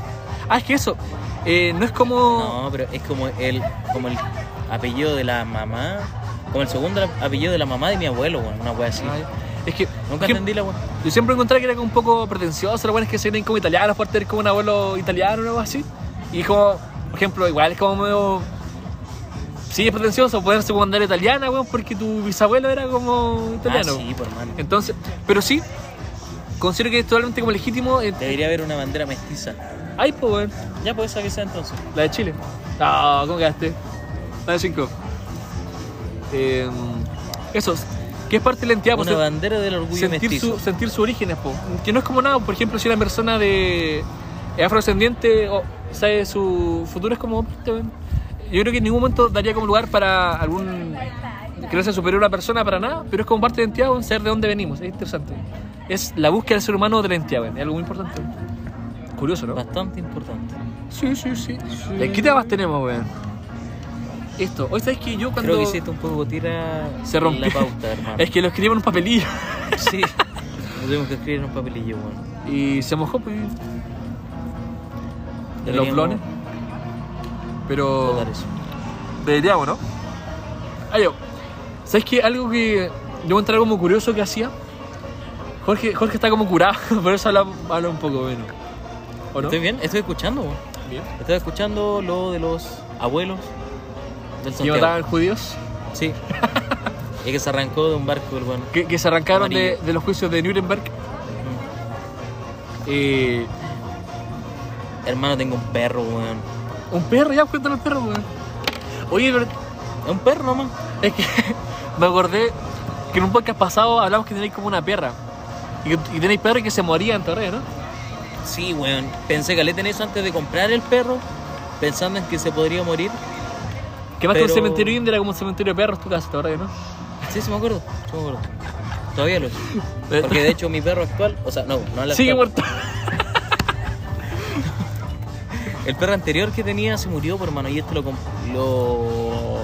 A: Ah, es que eso. eh, no es como.
B: No, pero es como el, como el apellido de la mamá. Como el segundo apellido de la mamá de mi abuelo, weón. Una weá así.
A: Ay, es que. es
B: Nunca
A: que
B: entendí la weá.
A: Yo siempre encontré que era como un poco pretencioso. Lo bueno es que se vienen como italianos por tener como un abuelo italiano o algo así. Y como, por ejemplo, igual es como medio. Sí, es pretencioso poder secundaria italiana, weón, porque tu bisabuelo era como
B: Ah,
A: italiano.
B: sí, por hermano.
A: Entonces, pero sí, considero que es totalmente como legítimo. eh,
B: Debería haber una bandera mestiza.
A: Ay, po, weón,
B: Ya, pues esa que sea entonces.
A: la de Chile. Ah, ¿cómo quedaste? La de 5. Eh, esos, que es parte de la entidad, po,
B: una
A: pues, se-
B: bandera del orgullo
A: sentir
B: mestizo.
A: su, sentir su orígenes, po. que no es como nada, por ejemplo, si una persona de es afrodescendiente o sabe su futuro es como hombre, weón. yo creo que en ningún momento daría como lugar para algún creencia superior a una persona para nada, pero es como parte de la identidad, weón, saber de dónde venimos, es interesante. Es la búsqueda del ser humano de la identidad, weón, es algo muy importante. Curioso, ¿no?
B: Bastante importante.
A: Sí, sí, sí. ¿Qué temas tenemos, weón? Esto, hoy sabes que yo cuando
B: Creo que hiciste un poco tira
A: se rompió
B: la pauta, hermano.
A: es que lo escribí en un papelillo
B: Sí. Lo tenemos que escribir en un papelillo, weón.
A: y se mojó, pues. en los
B: Deberíamos
A: blones. Pero
B: tratar eso.
A: deberíamos, ¿no? Ay, yo. ¿Sabes qué? Algo que yo encontré como curioso que hacía. Jorge, Jorge está como curado, por eso habla, habla un poco menos. ¿O no?
B: Estoy bien, estoy escuchando, weón.
A: bien.
B: Estoy escuchando lo de los abuelos del
A: Y mataban
B: Santiago.
A: judíos
B: Sí. y que se arrancó de un barco, el weón.
A: que, que se arrancaron de,
B: Amarillo.
A: de los juicios de Nuremberg.
B: Mm.
A: Eh,
B: Hermano, tengo un perro, weón.
A: un perro, ya cuéntale al perro, weón. Oye, pero
B: Es un perro nomás.
A: Es que me acordé que en un podcast pasado hablamos que tenéis como una perra. Y, que- y tenéis perros que se morían todavía, ¿no?
B: Sí, weón. Pensé que le tenés eso antes de comprar el perro, pensando en que se podría morir.
A: Que más que
B: Pero-
A: un cementerio indio era como un cementerio de perros tu casa, todavía, ¿no?
B: Sí, sí me acuerdo. Sí me acuerdo. Todavía lo es. Porque de hecho mi perro actual, o sea, no, no el
A: Sigue
B: actual.
A: muerto.
B: El perro anterior que tenía se murió, por hermano, y este lo comp- lo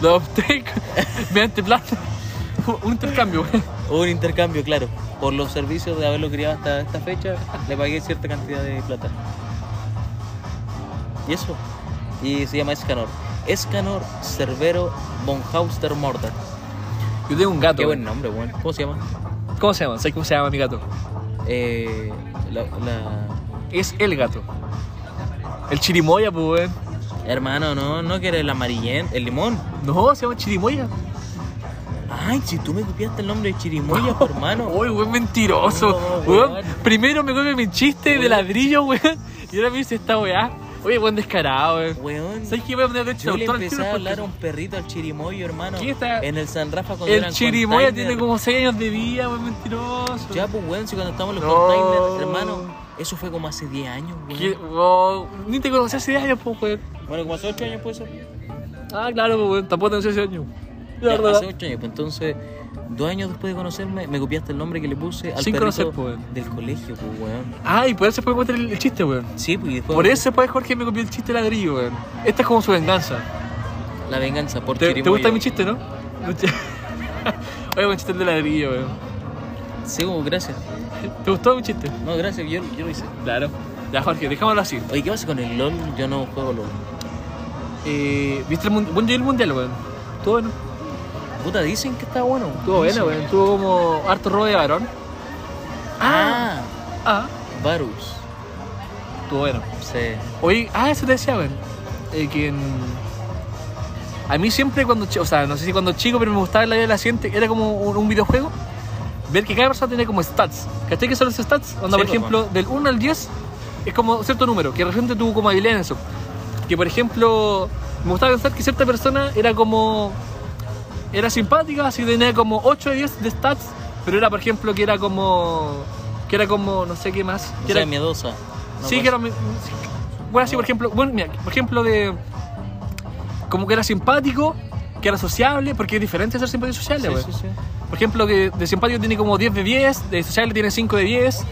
A: Lo adopté mediante plata. Un intercambio, güey.
B: Hubo un intercambio, claro. Por los servicios de haberlo criado hasta esta fecha, le pagué cierta cantidad de plata. Y eso. Y se llama Escanor. Escanor Cerbero Bonhauster Mortar.
A: Ah, Yo tengo un gato.
B: Qué
A: güey.
B: buen nombre, weón. ¿Cómo se llama?
A: ¿Cómo se llama? ¿Sabes cómo se llama mi gato?
B: Eh, la, la-
A: Es el gato. El chirimoya, pues, güey.
B: Hermano, no, no que era el amarillento, el limón.
A: No, se llama chirimoya.
B: Ay, si tú me copiaste el nombre de Chirimoya, por hermano.
A: Uy, weón, mentiroso.
B: No,
A: weón,
B: weón.
A: primero me come mi chiste de
B: Weón.
A: ladrillo, weón. Y ahora me dice esta weá. Oye, buen descarado, weón.
B: Weón.
A: ¿Sabes qué? Voy a poner de
B: Yo le
A: traductor al
B: empecé
A: tiro
B: a
A: porque-
B: hablar a un perrito al chirimoyo, hermano.
A: ¿Qué pues. está?
B: En el San Rafa cuando
A: El
B: eran
A: chirimoya
B: container.
A: tiene como 6 años de vida, weón, mentiroso.
B: Ya, pues, weón, si cuando estábamos en los
A: No.
B: containers, hermano, eso fue como hace 10 años, weón.
A: Que- wow, Ni te conocí hace 10 años, pues, weón.
B: Bueno, como hace 8 años puede ser.
A: Ah, claro, pues, weón. Tampoco te conocí hace años. La
B: Ya,
A: verdad.
B: hace 8 años, pues entonces, dos años después de conocerme, me copiaste el nombre que le puse al
A: Sin
B: perrito
A: conocer, pues, weón.
B: del colegio, pues, weón.
A: Ah, y por eso fue contar el, el chiste, weón.
B: Sí, pues, y después
A: Por eso después Jorge me copió el chiste de ladrillo, weón. Esta es como su venganza.
B: la venganza por
A: ¿Te, te
B: chirimoyo.
A: gusta mi chiste, no? Oye, buen chiste el de ladrillo, weón.
B: Sí, pues, gracias.
A: ¿Te gustó mi chiste?
B: No, gracias, yo, yo lo hice.
A: Claro. Ya, Jorge, dejémoslo así.
B: Oye, ¿qué pasa con el LOL? Yo no juego LOL.
A: Eh, ¿Viste el, mun- buen día del mundial, weón? Estuvo bueno.
B: Puta, dicen que está bueno.
A: Estuvo bueno, weón. Estuvo como harto robo de varón.
B: Ah,
A: Ah,
B: Varus.
A: estuvo bueno.
B: Sí.
A: Oye, ah, eso te decía, weón. Eh, que en- A mí siempre cuando... chi- O sea, no sé si cuando chico, pero me gustaba la idea de la siguiente. Era como un, un videojuego. Ver que cada persona tenía como stats. ¿Cachai que son los stats? Onda,
B: Sí,
A: por
B: pues,
A: ejemplo, del 1 al 10 es como cierto número. Que representa tu como habilidad en eso. Que, por ejemplo, me gustaba pensar que cierta persona era como... Era simpática, así que tenía como 8 de 10 de stats. Pero era, por ejemplo, que era como... Que era como... No sé qué más.
B: O
A: que
B: sea,
A: era-
B: miedosa. No
A: sí,
B: pasa.
A: que era. mi- sí, Bueno, sí, por ejemplo, bueno, mira, por ejemplo, de. Como que era simpático, que era sociable, porque es diferente ser simpático y sociable,
B: Sí,
A: güey.
B: sí, sí.
A: Por ejemplo, que de simpático tiene como 10 de 10, de sociable tiene 5 de 10.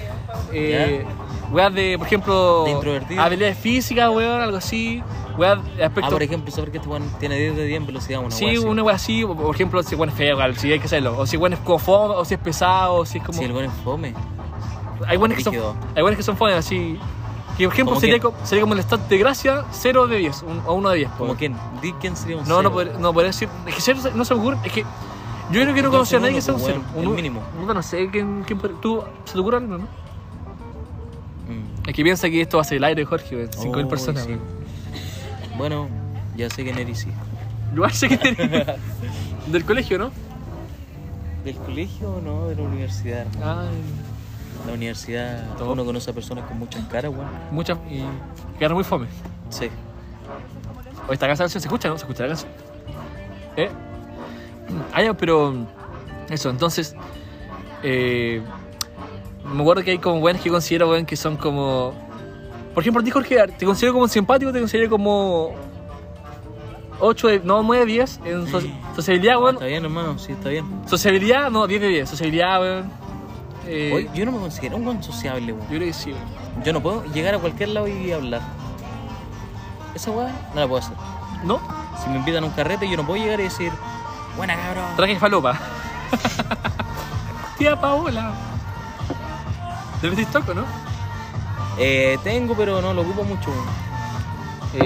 A: Eh, weas de, por ejemplo,
B: De introvertido.
A: habilidades físicas, weón, algo así. Weas de aspecto.
B: Ah, por ejemplo, saber que este weón tiene 10 de 10 en velocidad, una
A: sí,
B: wea así.
A: una wea así, o por ejemplo, si bueno es feo, igual, si hay que hacerlo. O si bueno es cofón, o si es pesado, o si es como.
B: Sí, el weón es fome.
A: Hay buenas que son,
B: Rígido.
A: hay buenas que son fodas, así. Que por ejemplo
B: Ah, ¿Cómo
A: sería,
B: quién?
A: co- sería como el stat de gracia 0 de 10 un- o 1 de 10. po.
B: Como quien, di quién sería un
A: No, no
B: cero.
A: podría, no podría decir. Es que cero se- no se me ocurre. Es que yo creo que no
B: Entonces,
A: conocí a nadie
B: uno,
A: que sea un
B: pues,
A: 0.
B: weón, el mínimo.
A: No, no sé quién, quién podría- ¿Tú se te ocurre algo, no?
B: Mm.
A: Es que piensa que esto va a ser el aire, Jorge, weón, 5.000
B: Oh,
A: personas.
B: sí.
A: weón.
B: Bueno, ya sé quién eres, sí.
A: Yo sé que tenía. Del colegio, ¿no?
B: ¿Del colegio o no? De la universidad. hermano.
A: Ay,
B: La universidad,
A: Todo.
B: uno conoce a personas con muchas caras, weón.
A: muchas. Y quedaron muy fome.
B: Sí.
A: O esta canción se escucha, ¿no? Se escucha la canción. ¿Eh? Ah, ya, pero. Eso, entonces. eh, me acuerdo que hay como buenos que considero weón, que son como. Por ejemplo, a ti, Jorge, ¿te considero como simpático? ¿Te considero como. 8 de. No, 9 de 10 en so- sociabilidad,
B: Ah,
A: weón?
B: está bien, hermano, sí, está bien.
A: Sociabilidad, no, 10 de 10. Sociabilidad, weón. Eh,
B: Oye, yo no me considero un weón sociable,
A: yo
B: weón.
A: creo que sí, weón.
B: Yo no puedo llegar a cualquier lado y hablar. Esa weá no la puedo hacer.
A: ¿No?
B: Si me invitan a un carrete, yo no puedo llegar y decir, buena cabrón.
A: Traje falopa. Tía Paola. ¿Te metiste toco, no?
B: Eh, tengo, pero no lo ocupo mucho. weón.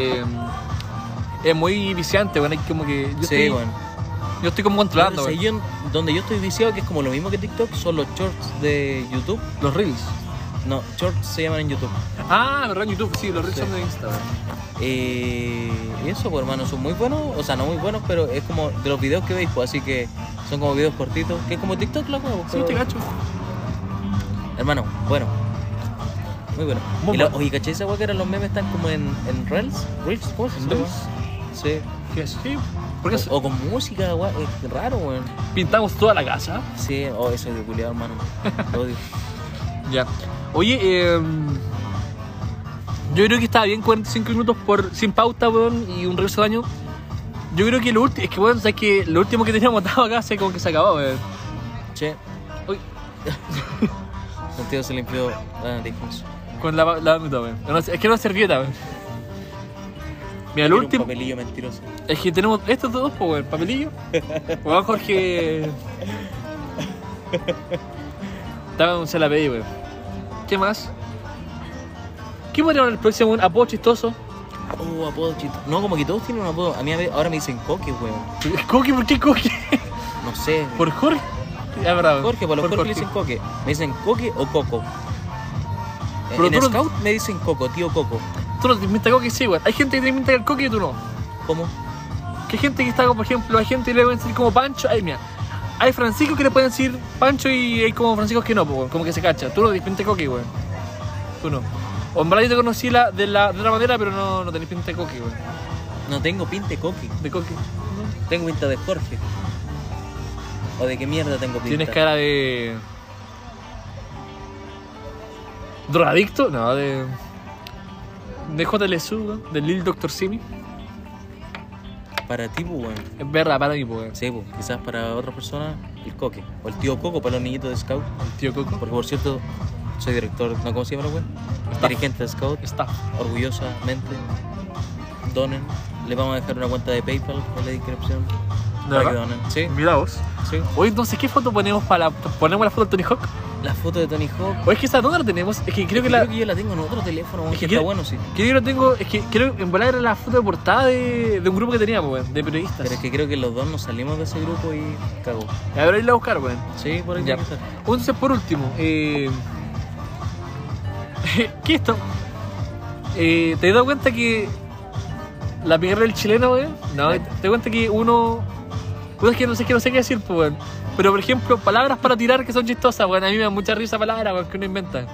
A: Eh, es muy viciante, bueno, es como que yo,
B: sí,
A: estoy,
B: bueno.
A: yo estoy como controlando,
B: Entonces,
A: weón.
B: yo, donde yo estoy viciado, que es como lo mismo que TikTok, son los shorts de YouTube.
A: los reels.
B: No, shorts se llaman en YouTube.
A: Ah, verdad, en YouTube, sí, los reels
B: Sí.
A: son de Instagram.
B: Eh, y eso, pues hermano, son muy buenos. O sea, no muy buenos, pero es como de los videos que veis, pues así que son como videos cortitos. Que es como TikTok, loco.
A: Sí,
B: pero-
A: te cacho.
B: Hermano, bueno. Muy bueno.
A: Muy
B: Y la-
A: bueno.
B: oye, ¿cachai esa weá que eran los memes están como en, en Reels? ¿Reels? ¿Cómo se
A: ¿En
B: llama?
A: Reels?
B: Sí.
A: Que sí, porque
B: O, o con música, weá. Es raro, weón.
A: pintamos toda la casa.
B: Sí, oh, eso es de culiado, hermano. Lo odio.
A: Ya. Oye, eh, yo creo que estaba bien 45 minutos por sin pauta, weón, y un regreso de año. Yo creo que lo último, es que weón, sabes que lo último que teníamos atado acá se como que se acabó, weón.
B: Che,
A: Uy,
B: Santiago se ah, limpió la nariz con su-
A: con la, la mitad, weón. No, Es que no es servilleta, weón. Mira, el
B: Era un
A: último.
B: papelillo mentiroso.
A: Es que tenemos estos dos, pues, weón, papelillo. Weón, Jorge. Estaba un se la pedí, weón. ¿Qué más? ¿Qué podríamos en el próximo, weón? Apodo chistoso.
B: Oh, apodo chito. No, como que todos tienen un apodo. A mí a ve- ahora me dicen Coque, weón.
A: ¿Coque? ¿Por qué Coque?
B: No sé.
A: ¿Por Jorge? Es verdad, weón.
B: Jorge, por los Jorge, le dicen Coque. Me dicen Coque o Coco. Eh,
A: Pero
B: en
A: tú no-
B: Scout me dicen Coco, tío Coco.
A: Tú no te inventas Coque, sí, weón. Hay gente que te inventa el Coque y tú no.
B: ¿Cómo?
A: Que hay gente que está, como, por ejemplo, hay gente que le pueden decir como Pancho. Ay, mira. Hay Francisco que le pueden decir Pancho y hay como Francisco que no, pues, weón. Como que se cacha. Tú no te inventas Coque, weón. Tú no. Ojalá yo te conocí la, de, la, de otra manera, pero no, no tenés pinta de coqui, weón.
B: No tengo pinta de coqui.
A: De coqui.
B: Tengo pinta de Jorge. ¿O de qué mierda tengo pinta?
A: Tienes cara de. ¿Drogadicto? No, de. De JLSU, weón, de Lil Dr. Simi.
B: Para ti, pues, weón.
A: Es verdad, para mí, pues,
B: Sí, pues, quizás para otra persona, el coque. O el tío Coco, para los niñitos de Scout.
A: el tío Coco.
B: Porque, por cierto, soy director, ¿no? ¿Cómo se llama la weón?
A: Staff.
B: Dirigente de Scout.
A: Está.
B: Orgullosamente. Donen. Le vamos a dejar una cuenta de PayPal en la descripción.
A: ¿De
B: para que
A: verdad?
B: donen. Sí,
A: Mira vos.
B: sí.
A: Oye, entonces, ¿qué foto ponemos para la... ¿Ponemos la foto de Tony Hawk?
B: La foto de Tony Hawk.
A: O es que esa, ¿dónde la tenemos? Es que creo que la...
B: Creo que yo la tengo en otro teléfono, weón,
A: Es
B: que
A: que quiero-
B: está bueno, sí.
A: Que yo no tengo... Es que creo que en volar era la foto de portada de, de un grupo que teníamos, weón, de periodistas.
B: Pero es que creo que los dos nos salimos de ese grupo y cagó.
A: A ver, irla a buscar, weón.
B: Sí, por ahí
A: Ya.
B: tiene que estar.
A: Entonces, por último, eh, ¿qué es esto? Eh, ¿Te has dado cuenta que la guerra del chileno, weón? No,
B: Sí.
A: ¿te das cuenta que uno. Pues es que no sé, que no sé qué decir, pues, weón. Pero, por ejemplo, palabras para tirar que son chistosas, weón. A mí me dan mucha risa palabras, weón, que uno inventa.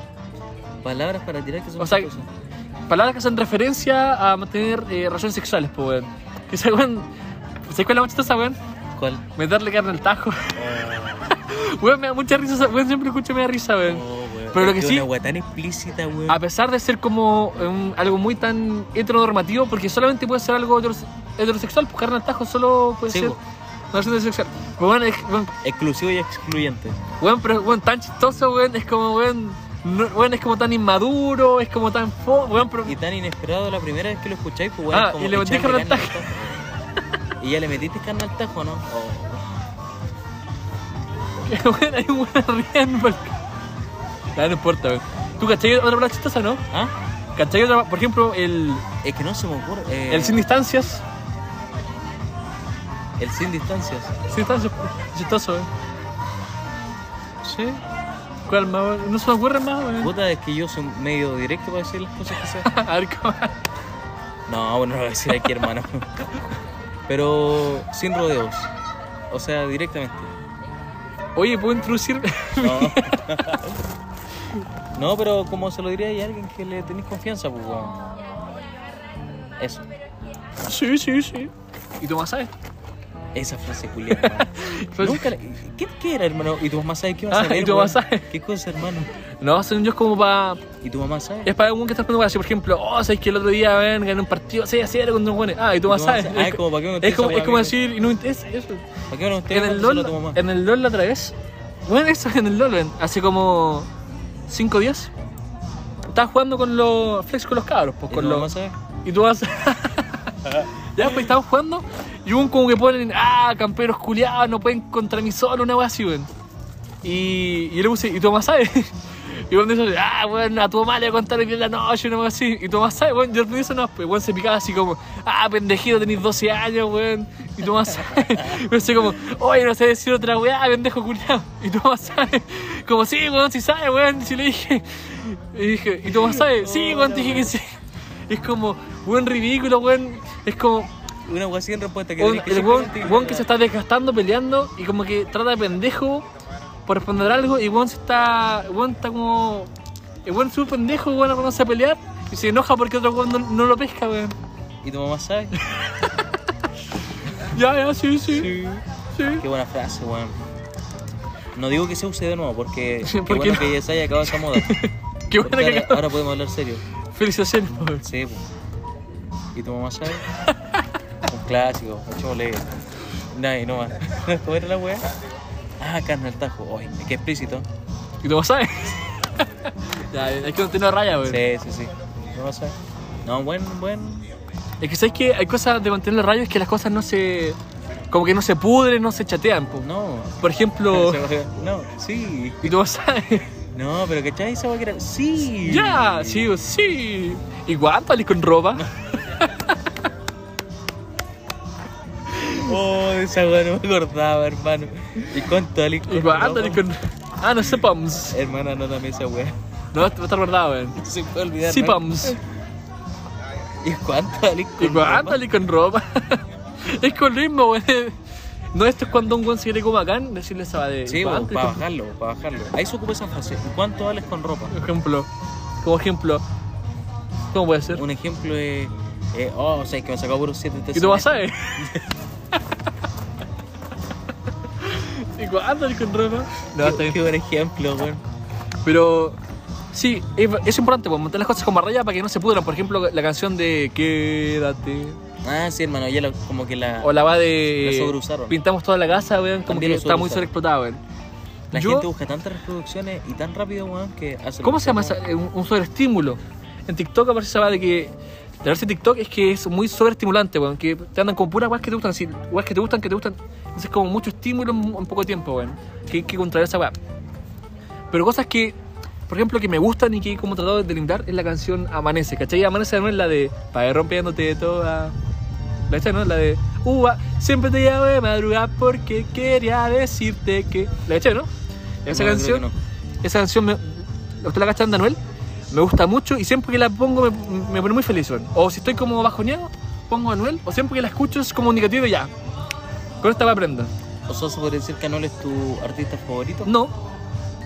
B: Palabras para tirar que son
A: O sea,
B: chistosas.
A: Palabras que hacen referencia a mantener eh, relaciones sexuales, pues, weón. Que esa, weón. ¿Sabes cuál es la más chistosa, weón?
B: ¿Cuál?
A: Meterle carne al tajo. weón, me da mucha risa, esa- weón. Siempre escucho y me da risa,
B: Oh,
A: weón. Pero lo que sí-
B: Una wea tan explícita, weón.
A: a pesar de ser como em, algo muy tan heteronormativo, porque solamente puede ser algo heterose- heterosexual, pues carne al tajo solo puede
B: Sí,
A: ser
B: po.
A: una relación heterosexual. Pero bueno, es, bueno,
B: Exclusivo y excluyente.
A: bueno, pero bueno, tan chistoso, weón, es como, weón, no- weón, es como tan inmaduro, es como tan fo, weón, pero
B: Y tan inesperado la primera vez que lo escucháis, pues weón.
A: Ah,
B: es como
A: y le metí
B: echarle
A: carne al
B: carne al tajo. Y ya le metiste carne al tajo, ¿no? Oh.
A: weón, hay un weón riendo. por- Ya, no importa, weón. ¿Tú cachai otra palabra chistosa, no?
B: ¿Ah?
A: ¿Cachai otra, por ejemplo, el,
B: Es que no se me ocurre. eh,
A: el sin distancias?
B: el sin distancias.
A: Sin distancias, chistoso, weón.
B: Sí.
A: ¿Cuál más, weón? No se me ocurre más, weón.
B: Puta, es que yo soy medio directo para decir las cosas que sé.
A: A ver cómo.
B: No, bueno, no lo voy a decir aquí, hermano. Pero sin rodeos. O sea, directamente.
A: Oye, ¿puedo introducir?
B: No. No, pero como se lo diría a alguien que le tenéis confianza, pues weón. Eso.
A: Sí, sí, sí. ¿Y tu mamá sabe?
B: Esa frase culiada. Nunca la- ¿Qué, qué era, hermano? ¿Y tu mamá sabe qué vas a
A: Pues Ah, ¿y
B: saber,
A: tu
B: weón?
A: mamá sabe?
B: ¿Qué cosa, hermano?
A: No, según yo es como para...
B: ¿Y tu mamá sabe?
A: Es para algún que está esperando así, por ejemplo, oh, sabes que el otro día ven, gané un partido 6 a 0 contra un buen. Ah, y tu mamá sabe.
B: Ah, es como para qué me
A: Es como,
B: interesa,
A: es como
B: weón.
A: decir, y no es eso.
B: ¿Para qué no usted
A: En el,
B: solo
A: LOL,
B: a tu mamá?
A: en el LOL la otra vez. Bueno, eso en el LOL, ven, hace como 5 días. Estaba jugando con los flex con los cabros, pues
B: ¿Y
A: con
B: tu mamá
A: los.
B: sabe?
A: Y tú vas. ya, pues estamos jugando. Y hubo un como que ponen, ah, camperos culiados, no pueden contra mí solo, una wea así, weón. Y, y yo le puse, ¿y Tomás sabe? Y cuando dice, ah, weón, a tu mamá le voy a contar hoy día en la noche, una wea así. Y Tomás sabe, weón, yo le eso no, pues, weón se picaba así como, ah, pendejito, tenés 12 años, weón. Y Tomás sabe. Yo así como, oye, no sé decir otra weá, pendejo culiado. Y Tomás sabe. Como, sí, weón, sí sabe, weón. Si le dije, y dije, ¿y Tomás sabe? Sí, weón, te dije que sí. Y es como, weón ridículo, weón. Es como
B: Una weá sin respuesta que
A: un-
B: tenés que
A: el weón,
B: simplemente
A: weón que se
B: ignorar.
A: está desgastando, peleando y como que trata de pendejo por responder algo y weón se está. Weón está como. El weón es un pendejo, weón, no conoce a pelear y se enoja porque otro weón no, no lo pesca, weón.
B: ¿Y tu mamá sabe?
A: Ya, ya, sí, sí. sí.
B: Qué buena frase, weón. No digo que se use de nuevo, porque
A: Sí,
B: qué
A: ¿por qué
B: bueno
A: no?
B: que ya se haya acabado esa moda.
A: Qué bueno
B: Porque
A: que
B: ahora, ahora podemos hablar serio.
A: Felicitaciones, weón.
B: Sí, pues. ¿Y tu mamá sabe? Un clásico, mucho mole. Nadie, no más. ¿Cómo era la weá? Ah, carne al tajo. Ay, qué explícito.
A: ¿Y tú lo sabes? ya, es que no tiene raya, weón.
B: Sí, sí, sí. ¿Tu mamá sabe? No, buen, buen.
A: Es que sabes que hay cosas de mantener la raya, es que las cosas no se. como que no se pudren, no se chatean, po.
B: No.
A: Por ejemplo.
B: Esa weá- No, sí.
A: ¿Y tú lo sabes?
B: No, pero ¿cachai? Esa weá que era. Sí.
A: Ya, sí, o sí. ¿Y guántales con ropa?
B: Oh, esa weá no me acordaba, hermano. ¿Y cuánto Alex?
A: ¿Y guántales con.? Ah, no sé, Pams.
B: Hermana, no dame esa weá.
A: No, te va a estar guardado, weón.
B: Se puede olvidar.
A: Sí,
B: ¿no?
A: Pams.
B: ¿Y cuánto Alex?
A: ¿Y guántales con ropa? es con lo mismo, weón. No, esto es cuando un weón se quiere como acá, decirle esa de.
B: Sí, pues, bo,
A: guántales
B: para
A: con-
B: bajarlo, para bajarlo. Ahí se ocupa esa frase. ¿Y cuánto vales con ropa?
A: Por ejemplo, como ejemplo, ¿Cómo puede ser?
B: Un ejemplo es. eh, oh, o sea, es que me sacó por un 7
A: ¿Y tú vas a ver? ¿Y cuándo el con ropa? No, está
B: qué,
A: bien.
B: qué buen ejemplo, weón.
A: Pero sí, es, es importante pues, montar las cosas como a raya para que no se pudran. Por ejemplo, la canción de Quédate.
B: Ah, sí, hermano, ya la- como que la,
A: O la va
B: La
A: de.
B: sobreusaron.
A: Pintamos toda la casa, weón. Como
B: También
A: que
B: lo
A: está muy
B: sobreusaron.
A: sobreexplotado, weón.
B: la
A: yo-
B: gente busca tantas reproducciones y tan rápido, weón, que hace. lo
A: ¿Cómo se llama
B: mismo.
A: esa- eh, un, un sobreestímulo? En TikTok aparece esa va de que. La gracia de TikTok es que es muy sobreestimulante, weón. Que te andan con puras weas que te gustan, así, weas que te gustan, que te gustan. Entonces, es como mucho estímulo en, en poco tiempo, weón. Que hay que controlar esa wea. Pero cosas que, por ejemplo, que me gustan y que he como tratado de lindar es la canción Amanece, ¿cachai? Amanece no es la de Pa' ir rompiéndote toda. La esta no es la de Uva, siempre te llamo de madrugada porque quería decirte que. La eché, ¿no? Esa
B: No, creo
A: canción.
B: que no.
A: Esa canción, me, ¿usted la cachan de Anuel? Me gusta mucho y siempre que la pongo me, me pone muy feliz. weón. O si estoy como bajoneado, pongo a Anuel. O siempre que la escucho es como un indicativo de ya. Con esta va aprendo.
B: O sea, se podría decir que Anuel es tu artista favorito.
A: No,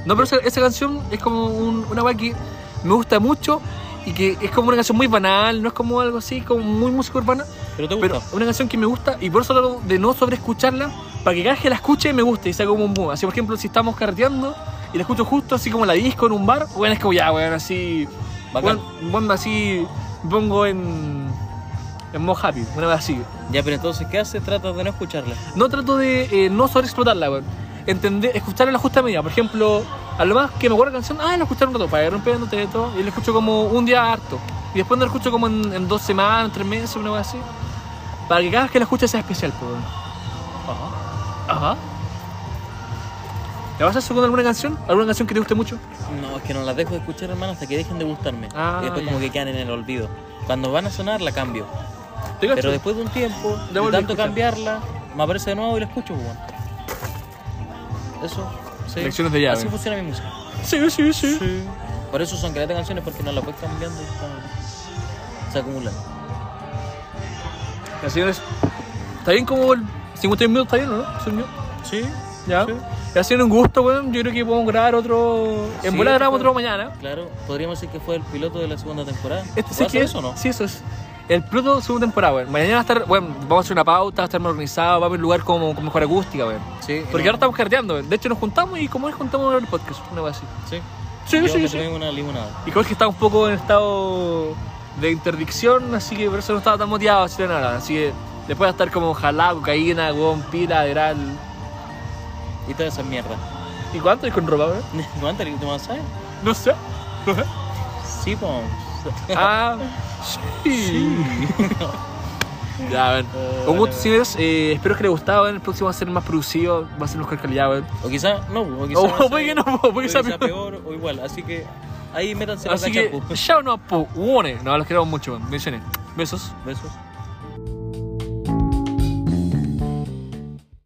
A: no, pero esa, esa canción es como un- una weá que me gusta mucho y que es como una canción muy banal, no es como algo así, como muy música urbana.
B: Pero te
A: Pero
B: gusta.
A: es una canción que me gusta y por eso trato de no sobre escucharla para que cada vez que la escuche me guste y sea como un boom. Así, por ejemplo, si estamos carreteando y la escucho justo así como en la disco en un bar, bueno, es como ya, weón, así.
B: Bacán.
A: Weón, weón, así me pongo en. en modo happy, una vez así.
B: Ya, pero entonces, ¿qué hace? Trata de no escucharla.
A: No trato de eh, no sobreexplotarla, weón. Entender, escuchar en la justa medida. Por ejemplo, a lo más que me acuerdo la canción, ah, la escuché un rato, para ir rompiéndote de todo. Y la escucho como un día harto. Y después la escucho como en, en dos semanas, tres meses, una cosa así. Para que cada vez que la escuche sea especial, pues, weón.
B: Ajá.
A: Ajá. ¿La vas a hacer con alguna canción? ¿Alguna canción que te guste mucho?
B: No, es que no las dejo de escuchar, hermano, hasta que dejen de gustarme.
A: Ah,
B: y después
A: ya.
B: como que quedan en el olvido. Cuando van a sonar, la cambio.
A: Te
B: Pero
A: cacho.
B: después de un tiempo,
A: La
B: de
A: vuelvo a
B: tanto
A: escuchar.
B: cambiarla, me aparece de nuevo y la escucho, weón. Eso, sí.
A: Lecciones de llave.
B: Así funciona mi música.
A: Sí, sí, sí.
B: Por eso son creadas canciones, porque no la puedes cambiando y está- se acumulan.
A: Así es. ¿Está bien como el 51 minutos? ¿Está bien o no? ¿Según yo?
B: Sí.
A: Ya.
B: Sí.
A: Ha sido un gusto, weón. Yo creo que podemos grabar otro. En
B: Sí,
A: bola grabamos
B: otro.
A: otro mañana.
B: Claro, podríamos decir que fue el piloto de la segunda temporada.
A: Este
B: ¿Va
A: sí
B: a
A: que
B: ser
A: es.
B: eso o no?
A: Sí, eso es. El Pluto segunda temporada, weón. Mañana va a estar, weón, vamos a hacer una pauta, va a estar más organizado, va a haber un lugar como con mejor acústica, weón.
B: Sí.
A: Porque ahora estamos carteando, weón. De hecho nos juntamos y como es juntamos el podcast, una cosa así.
B: Sí.
A: Sí,
B: Yo
A: sí,
B: me
A: sí.
B: tomé una limonada.
A: Y Jorge está un poco en estado de interdicción, así que por eso no estaba tan motivado a hacer nada. Así que después va a estar como jalado, cocaína, huevón, pila, adheral.
B: Y toda esa mierda.
A: ¿Y cuánto? ¿Y con ropa, weón?
B: ¿Cuánto le tomas, sabes?
A: No sé.
B: Sí, pues, po.
A: Ah, sí. Ya, a ver.
B: Eh,
A: Un
B: vale,
A: gusto,
B: vale.
A: señores. Eh, espero que les gustaba. weón. El próximo va a ser más producido, va a ser mejor calidad, weón.
B: O quizá no, o quizá.
A: O
B: va a ser-
A: Oh, puede que no, po, puede que sea peor.
B: peor o igual. Así que ahí métanse a la
A: Así
B: cancha,
A: que,
B: po.
A: chao, no, po, Uone. No, los queremos mucho, weón. Bendiciones. Besos.
B: Besos.